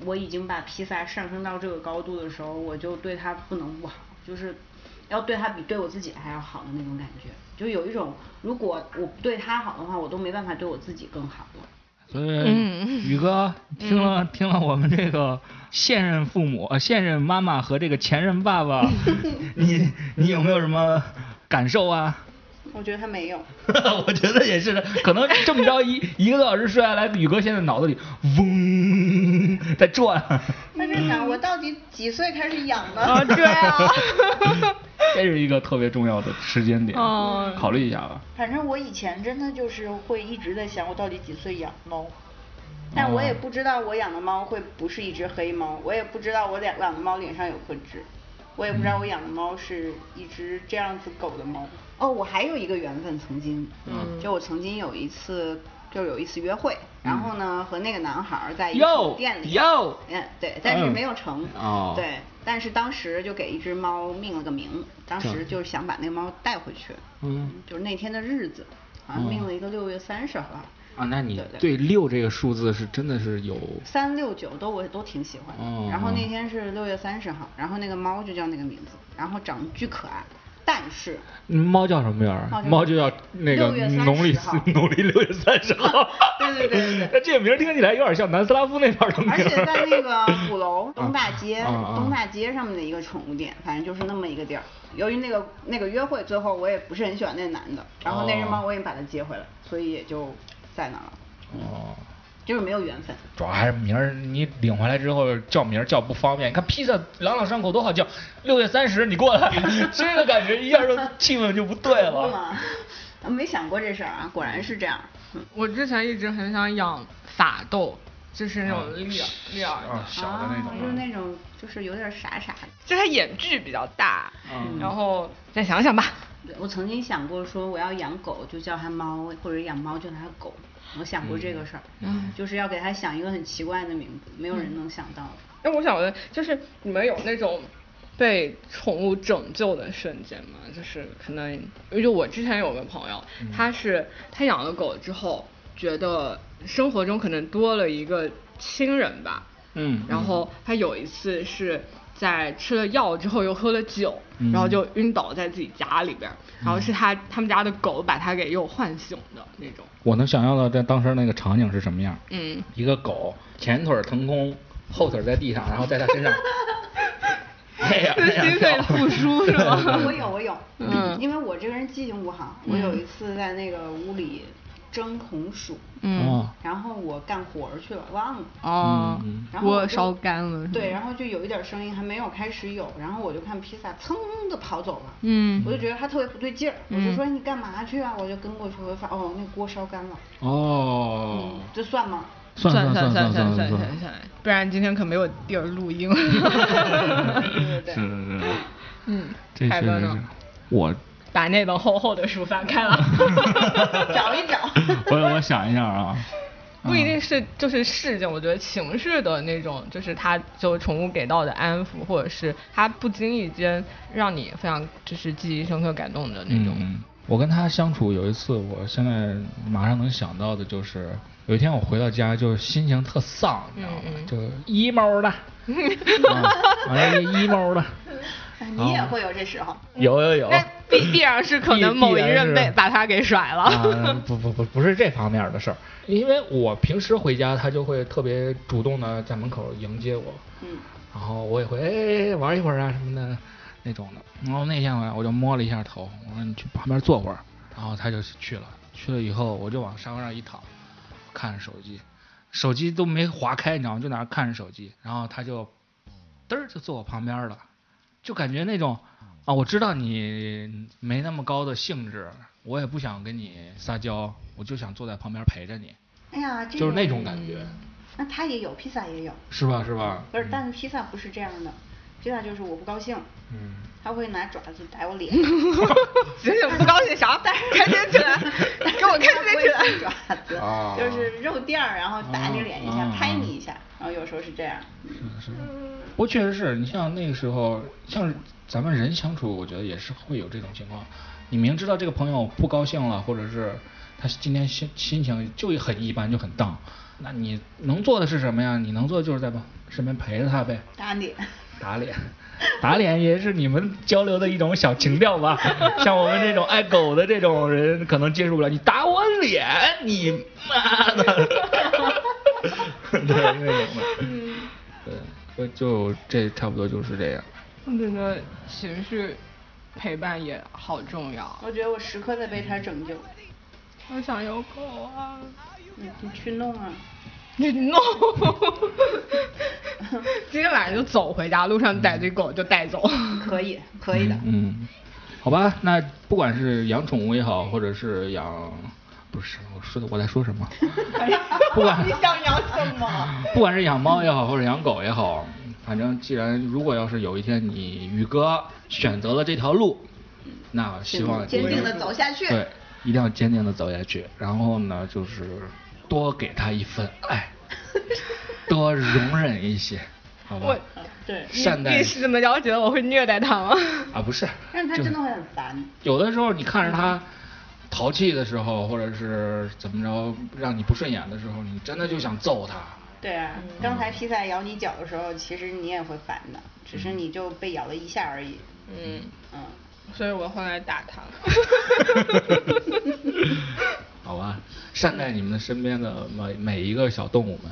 [SPEAKER 4] 我已经把披萨上升到这个高度的时候，我就对它不能不好，就是要对它比对我自己还要好的那种感觉，就有一种如果我不对它好的话，我都没办法对我自己更好了。
[SPEAKER 3] 所以，宇哥听了听了我们这个现任父母、呃现任妈妈和这个前任爸 (laughs) 爸，你你有没有什么感受啊？
[SPEAKER 4] 我觉得它没有，
[SPEAKER 3] (laughs) 我觉得也是的，可能这么着一一个多小时睡下来，宇哥现在脑子里嗡在转。 (laughs)
[SPEAKER 4] 他就想我到底几岁开始养
[SPEAKER 2] 啊，
[SPEAKER 4] 的？
[SPEAKER 2] 对
[SPEAKER 4] (laughs)
[SPEAKER 2] 啊。
[SPEAKER 3] 这是一个特别重要的时间点，
[SPEAKER 2] 哦
[SPEAKER 3] 考虑一下吧。
[SPEAKER 4] 反正我以前真的就是会一直在想，我到底几岁养猫。嗯
[SPEAKER 3] 但我也哦
[SPEAKER 4] 不知道我养的猫会不是一只黑猫，我也不知道我两养的猫脸上有颗痣，我也不知道我养的猫是一只这样子狗的猫。哦，我还有一个缘分，曾经，
[SPEAKER 2] 嗯
[SPEAKER 4] 就我曾经有一次，就有一次约会，然后呢和那个男孩儿在一
[SPEAKER 3] 嗯哟
[SPEAKER 4] 个店里，
[SPEAKER 3] 哟
[SPEAKER 4] 嗯，对，但是
[SPEAKER 3] 嗯
[SPEAKER 4] 没有成，
[SPEAKER 3] 哦
[SPEAKER 4] 对，但是当时就给一只猫命了个名，当
[SPEAKER 3] 这
[SPEAKER 4] 时就是想把那个猫带回去，
[SPEAKER 3] 嗯，
[SPEAKER 4] 就是那天的日子，好像命了一个六月三十号。
[SPEAKER 3] 啊，那你
[SPEAKER 4] 对
[SPEAKER 3] 对
[SPEAKER 4] 对
[SPEAKER 3] 六这个数字是真的是有，
[SPEAKER 4] 三六九都我都挺喜欢的。
[SPEAKER 3] 哦
[SPEAKER 4] 然后
[SPEAKER 3] 哦
[SPEAKER 4] 那天是六月三十号，然后那个猫就叫那个名字，然后长得巨可爱，但是
[SPEAKER 3] 猫叫什么名
[SPEAKER 4] 猫
[SPEAKER 3] 儿？啊
[SPEAKER 4] 叫
[SPEAKER 3] 猫就叫那个
[SPEAKER 4] 6月30
[SPEAKER 3] 农历
[SPEAKER 4] 号
[SPEAKER 3] 农历六月三十号。
[SPEAKER 4] 对 (laughs) 对对对对
[SPEAKER 3] 那这个名儿听起来有点像南斯拉夫那边儿的名
[SPEAKER 4] 而且在
[SPEAKER 3] 儿。
[SPEAKER 4] 那个鼓楼东大街、
[SPEAKER 3] 啊啊
[SPEAKER 4] 东大街上面的一个宠物店，反正就是那么一个地儿。由于那个那个约会，最后我也不是很喜欢那男的，然后那只
[SPEAKER 3] 哦
[SPEAKER 4] 猫我也把它接回来，所以也就在那儿了，
[SPEAKER 3] 哦，
[SPEAKER 4] 就是没有缘分。
[SPEAKER 3] 主要还是名儿，你领回来之后叫名儿叫不方便。你看披萨朗朗上口多好叫，六月三十你过来， (laughs) 这个感觉一下就气氛就不对
[SPEAKER 4] (laughs) 不
[SPEAKER 3] 了。
[SPEAKER 4] 嘛，没想过这事儿啊，果然是这样。嗯
[SPEAKER 2] 我之前一直很想养法斗，就是那种绿耳绿耳的
[SPEAKER 3] 啊，，小的那
[SPEAKER 4] 啊就是
[SPEAKER 3] 种。
[SPEAKER 4] 那种，就是有点傻傻的。
[SPEAKER 2] 就它眼距比较大，然后再想想吧。
[SPEAKER 4] 对我曾经想过说我要养狗就叫它猫，或者养猫就叫它狗，我想过这
[SPEAKER 3] 嗯
[SPEAKER 4] 个事儿，
[SPEAKER 2] 嗯
[SPEAKER 4] 嗯就是要给它嗯 (laughs) 想一个很奇怪的名字，没有人能想到。
[SPEAKER 2] 那我想问，就是你们有那种被宠物拯救的瞬间嘛，就是可能，就我之前有个朋友，
[SPEAKER 3] 嗯
[SPEAKER 2] 他是他养了狗之后，觉得生活中可能多了一个亲人吧，
[SPEAKER 3] 嗯
[SPEAKER 2] 然后他有一次是在吃了药之后又喝了酒，然后
[SPEAKER 3] 嗯
[SPEAKER 2] 就晕倒在自己家里边儿，然后是他他们家的狗把他给又唤醒的那种，
[SPEAKER 3] 我能想象到在当时那个场景是什么样。
[SPEAKER 2] 嗯，
[SPEAKER 3] 一个狗前腿腾空，后腿在地上，然后在它
[SPEAKER 2] (laughs)
[SPEAKER 3] 身上哎那样那
[SPEAKER 2] 就
[SPEAKER 3] 样
[SPEAKER 2] 心肺
[SPEAKER 3] 跳
[SPEAKER 2] 复苏是吗？
[SPEAKER 4] 哦我有我有，
[SPEAKER 2] 嗯
[SPEAKER 4] (clears throat) 因为我这个人记性不好，我有一次在那个屋里蒸红薯，
[SPEAKER 2] 嗯
[SPEAKER 3] 哦，
[SPEAKER 4] 然后我干活儿去了，忘了。
[SPEAKER 2] 哦
[SPEAKER 3] 嗯
[SPEAKER 4] 然，后我
[SPEAKER 2] 锅
[SPEAKER 4] 就
[SPEAKER 2] 烧干了，
[SPEAKER 4] 对，，然后就有一点声音，还没有开始有，然后我就看披萨噌的跑走了，
[SPEAKER 2] 嗯
[SPEAKER 4] 我就觉得他特别不对劲儿，我就说你干嘛去啊？我就跟过去，我就发哦，那锅烧干了，
[SPEAKER 3] 哦
[SPEAKER 4] 嗯，，这算吗？
[SPEAKER 3] 嗯算
[SPEAKER 2] 算
[SPEAKER 3] 算
[SPEAKER 2] 嗯算
[SPEAKER 3] 算
[SPEAKER 2] 算
[SPEAKER 3] 算
[SPEAKER 2] 算算，不然今天可没有地儿录
[SPEAKER 3] (laughs)
[SPEAKER 2] 音。
[SPEAKER 4] 对
[SPEAKER 3] 是是
[SPEAKER 4] 对对，
[SPEAKER 3] 是，
[SPEAKER 2] 嗯，
[SPEAKER 3] 这
[SPEAKER 2] 凯
[SPEAKER 3] 确
[SPEAKER 2] 哥
[SPEAKER 3] 实
[SPEAKER 2] 呢
[SPEAKER 3] 是？我 (laughs)
[SPEAKER 2] 把那本厚厚的书翻开了，
[SPEAKER 4] 找一
[SPEAKER 3] (laughs)
[SPEAKER 4] 找。
[SPEAKER 3] 我我想一下啊，
[SPEAKER 2] 不一定是就是事件，我觉得情绪的那种，就是它就宠物给到的安抚，或者是它不经意间让你非常就是记忆深刻、感动的那种。
[SPEAKER 3] 嗯，我跟他相处有一次，我现在马上能想到的就是，有一天我回到家，就是心情特丧，你知道吗？
[SPEAKER 2] 嗯
[SPEAKER 3] 就 emo
[SPEAKER 4] (laughs)
[SPEAKER 3] 的，啊，完了 emo 的，
[SPEAKER 4] 你也会有这时候，
[SPEAKER 3] 有有有。
[SPEAKER 2] 那必必然是可能
[SPEAKER 3] 必
[SPEAKER 2] 某一
[SPEAKER 3] 必然是
[SPEAKER 2] 任被把它给甩了。
[SPEAKER 3] 啊，不不不，不是这方面的事儿，因为我平时回家，他就会特别主动的在门口迎接我，
[SPEAKER 4] 嗯，
[SPEAKER 3] 然后我也会哎哎玩一会儿啊什么的那种的。然后那天我我就摸了一下头，我说你去旁边坐会儿，然后他就去了。去了以后，我就往沙发上一躺，看着手机，手机都没划开，你知道吗？就在那儿看着手机，然后他就嘚儿就坐我旁边了，就感觉那种啊，我知道你没那么高的兴致，我也不想跟你撒娇，我就想坐在旁边陪着你，
[SPEAKER 4] 哎呀，这
[SPEAKER 3] 就是
[SPEAKER 4] 个
[SPEAKER 3] 那种感觉，
[SPEAKER 4] 那他也有，披萨也有，
[SPEAKER 3] 是吧？是吧？
[SPEAKER 4] 不是，但是披萨不是这样的，披萨就是我不高兴，
[SPEAKER 3] 嗯。
[SPEAKER 4] 他会拿爪子打我脸，
[SPEAKER 2] (laughs)
[SPEAKER 4] (laughs)
[SPEAKER 2] 醒醒，不高兴啥？开心起来，给我开
[SPEAKER 4] (laughs) 他不
[SPEAKER 2] 心
[SPEAKER 4] 会
[SPEAKER 2] 起
[SPEAKER 3] (laughs)
[SPEAKER 4] 拿
[SPEAKER 2] 来！
[SPEAKER 4] 爪子，
[SPEAKER 3] 啊
[SPEAKER 4] 就是肉垫儿，然后打你脸一下，
[SPEAKER 3] 啊
[SPEAKER 4] 拍你一下，然后有时候是这样，
[SPEAKER 3] 是是，不过确实是你像那个时候，像咱们人相处，我觉得也是会有这种情况。你明知道这个朋友不高兴了，或者是他今天心心情就很一般，就很 down，那你能做的是什么呀？你能做的就是在身边陪着他呗，
[SPEAKER 4] 打脸。
[SPEAKER 3] 打脸， (laughs) 打脸也是你们交流的一种小情调吧。像我们这种爱狗的这种人，可能接受不了。你打我脸，你妈的！ (laughs) 对，那种的，对，就就这差不多就是这样。
[SPEAKER 2] 我觉得情绪陪伴也好重要。啊
[SPEAKER 4] 我觉得我时刻在被他拯救。
[SPEAKER 2] 我想有狗啊，
[SPEAKER 4] 你你去弄啊！
[SPEAKER 2] 你 (laughs) 弄。今天晚上就走回家，路上逮只狗就带走。
[SPEAKER 4] 嗯可以，可以的。
[SPEAKER 3] 嗯，好吧，那不管是养宠物也好，或者是养，不是我说的我在说什
[SPEAKER 4] (laughs)
[SPEAKER 3] 么？不管
[SPEAKER 4] 你想聊什么？
[SPEAKER 3] 不管是养猫也好，或者养狗也好，反正既然如果要是有一天你宇哥选择了这条路，那希望你
[SPEAKER 4] 坚定地走下去
[SPEAKER 3] 对，一定要坚定的走下去。然后呢，就是多给他一份
[SPEAKER 4] (laughs)
[SPEAKER 3] 爱，多容忍一些，好吧
[SPEAKER 2] 我？
[SPEAKER 4] 对，
[SPEAKER 3] 善
[SPEAKER 2] 你
[SPEAKER 3] 待
[SPEAKER 2] 是怎么了解的？我会虐待它吗？
[SPEAKER 3] 啊，不是，
[SPEAKER 4] 但是他真的会很烦。
[SPEAKER 3] 有的时候你看着他淘气的时候，或者是怎么着让你不顺眼的时候，你真的就想揍他。
[SPEAKER 4] 对啊，刚才披萨咬你脚的时候，其实你也会烦的，只
[SPEAKER 3] 嗯
[SPEAKER 4] 是你就被咬了一下而已。
[SPEAKER 2] 嗯，
[SPEAKER 4] 嗯，
[SPEAKER 2] 所以我后来打它了。 (laughs)
[SPEAKER 3] 好吧，善待你们身边的每每一个小动物们，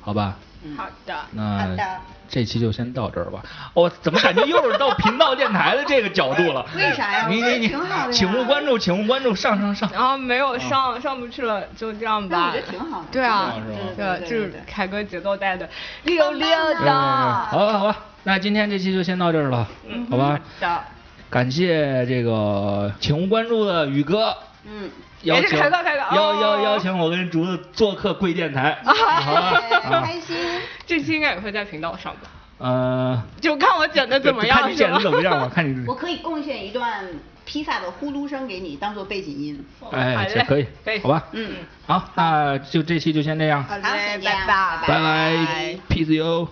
[SPEAKER 3] 好吧？
[SPEAKER 4] 嗯
[SPEAKER 2] 好的，
[SPEAKER 4] 好
[SPEAKER 3] 那
[SPEAKER 4] 的
[SPEAKER 3] 这期就先到这儿吧。我、怎么感觉又是到频道电台的这个角度了？
[SPEAKER 4] 为啥呀
[SPEAKER 3] 你
[SPEAKER 4] 我觉得
[SPEAKER 3] 你你
[SPEAKER 4] 挺好的呀，哦
[SPEAKER 3] 请勿关注，请勿关注，上上上。
[SPEAKER 2] 然后没有上、上不去了，就这样
[SPEAKER 4] 那
[SPEAKER 2] 吧。
[SPEAKER 4] 我觉得挺好的
[SPEAKER 2] 对啊
[SPEAKER 3] 挺好是吧，
[SPEAKER 2] 对，
[SPEAKER 4] 对对对
[SPEAKER 2] 这啊是啊
[SPEAKER 4] 对对
[SPEAKER 2] 凯哥节奏带的溜溜
[SPEAKER 3] 对对对
[SPEAKER 2] 的。
[SPEAKER 3] 嗯好吧好吧，那今天这期就先到这儿了，
[SPEAKER 4] 嗯
[SPEAKER 3] 好吧？
[SPEAKER 2] 的，
[SPEAKER 3] 感谢这个请勿关注的宇哥，
[SPEAKER 4] 嗯，
[SPEAKER 3] 邀
[SPEAKER 2] 哎
[SPEAKER 3] 请
[SPEAKER 2] 开个开个
[SPEAKER 3] 邀邀
[SPEAKER 2] 哦
[SPEAKER 3] 邀请我跟竹子做客贵电
[SPEAKER 2] (laughs)
[SPEAKER 3] 台，好吧？啊
[SPEAKER 4] 嗯
[SPEAKER 2] 哎
[SPEAKER 4] 开心。
[SPEAKER 2] 这期应该也会在频道上吧？
[SPEAKER 3] 呃，
[SPEAKER 2] 就看我剪的怎么样，
[SPEAKER 3] 看你剪的
[SPEAKER 2] 是
[SPEAKER 3] 怎
[SPEAKER 2] 吧
[SPEAKER 3] 么样
[SPEAKER 2] (laughs)
[SPEAKER 3] 吧，看你
[SPEAKER 4] 我。可以贡献一段披萨的呼噜声给你，当做背景音。
[SPEAKER 2] 好
[SPEAKER 3] 哎，
[SPEAKER 2] 嘞
[SPEAKER 3] 这可以，
[SPEAKER 2] 可以
[SPEAKER 3] 好吧，
[SPEAKER 4] 嗯，
[SPEAKER 3] 好，那就这期就先这样，
[SPEAKER 4] 好嘞，
[SPEAKER 2] 好嘞
[SPEAKER 4] 再见啊
[SPEAKER 2] 拜拜
[SPEAKER 3] 拜拜，peace you。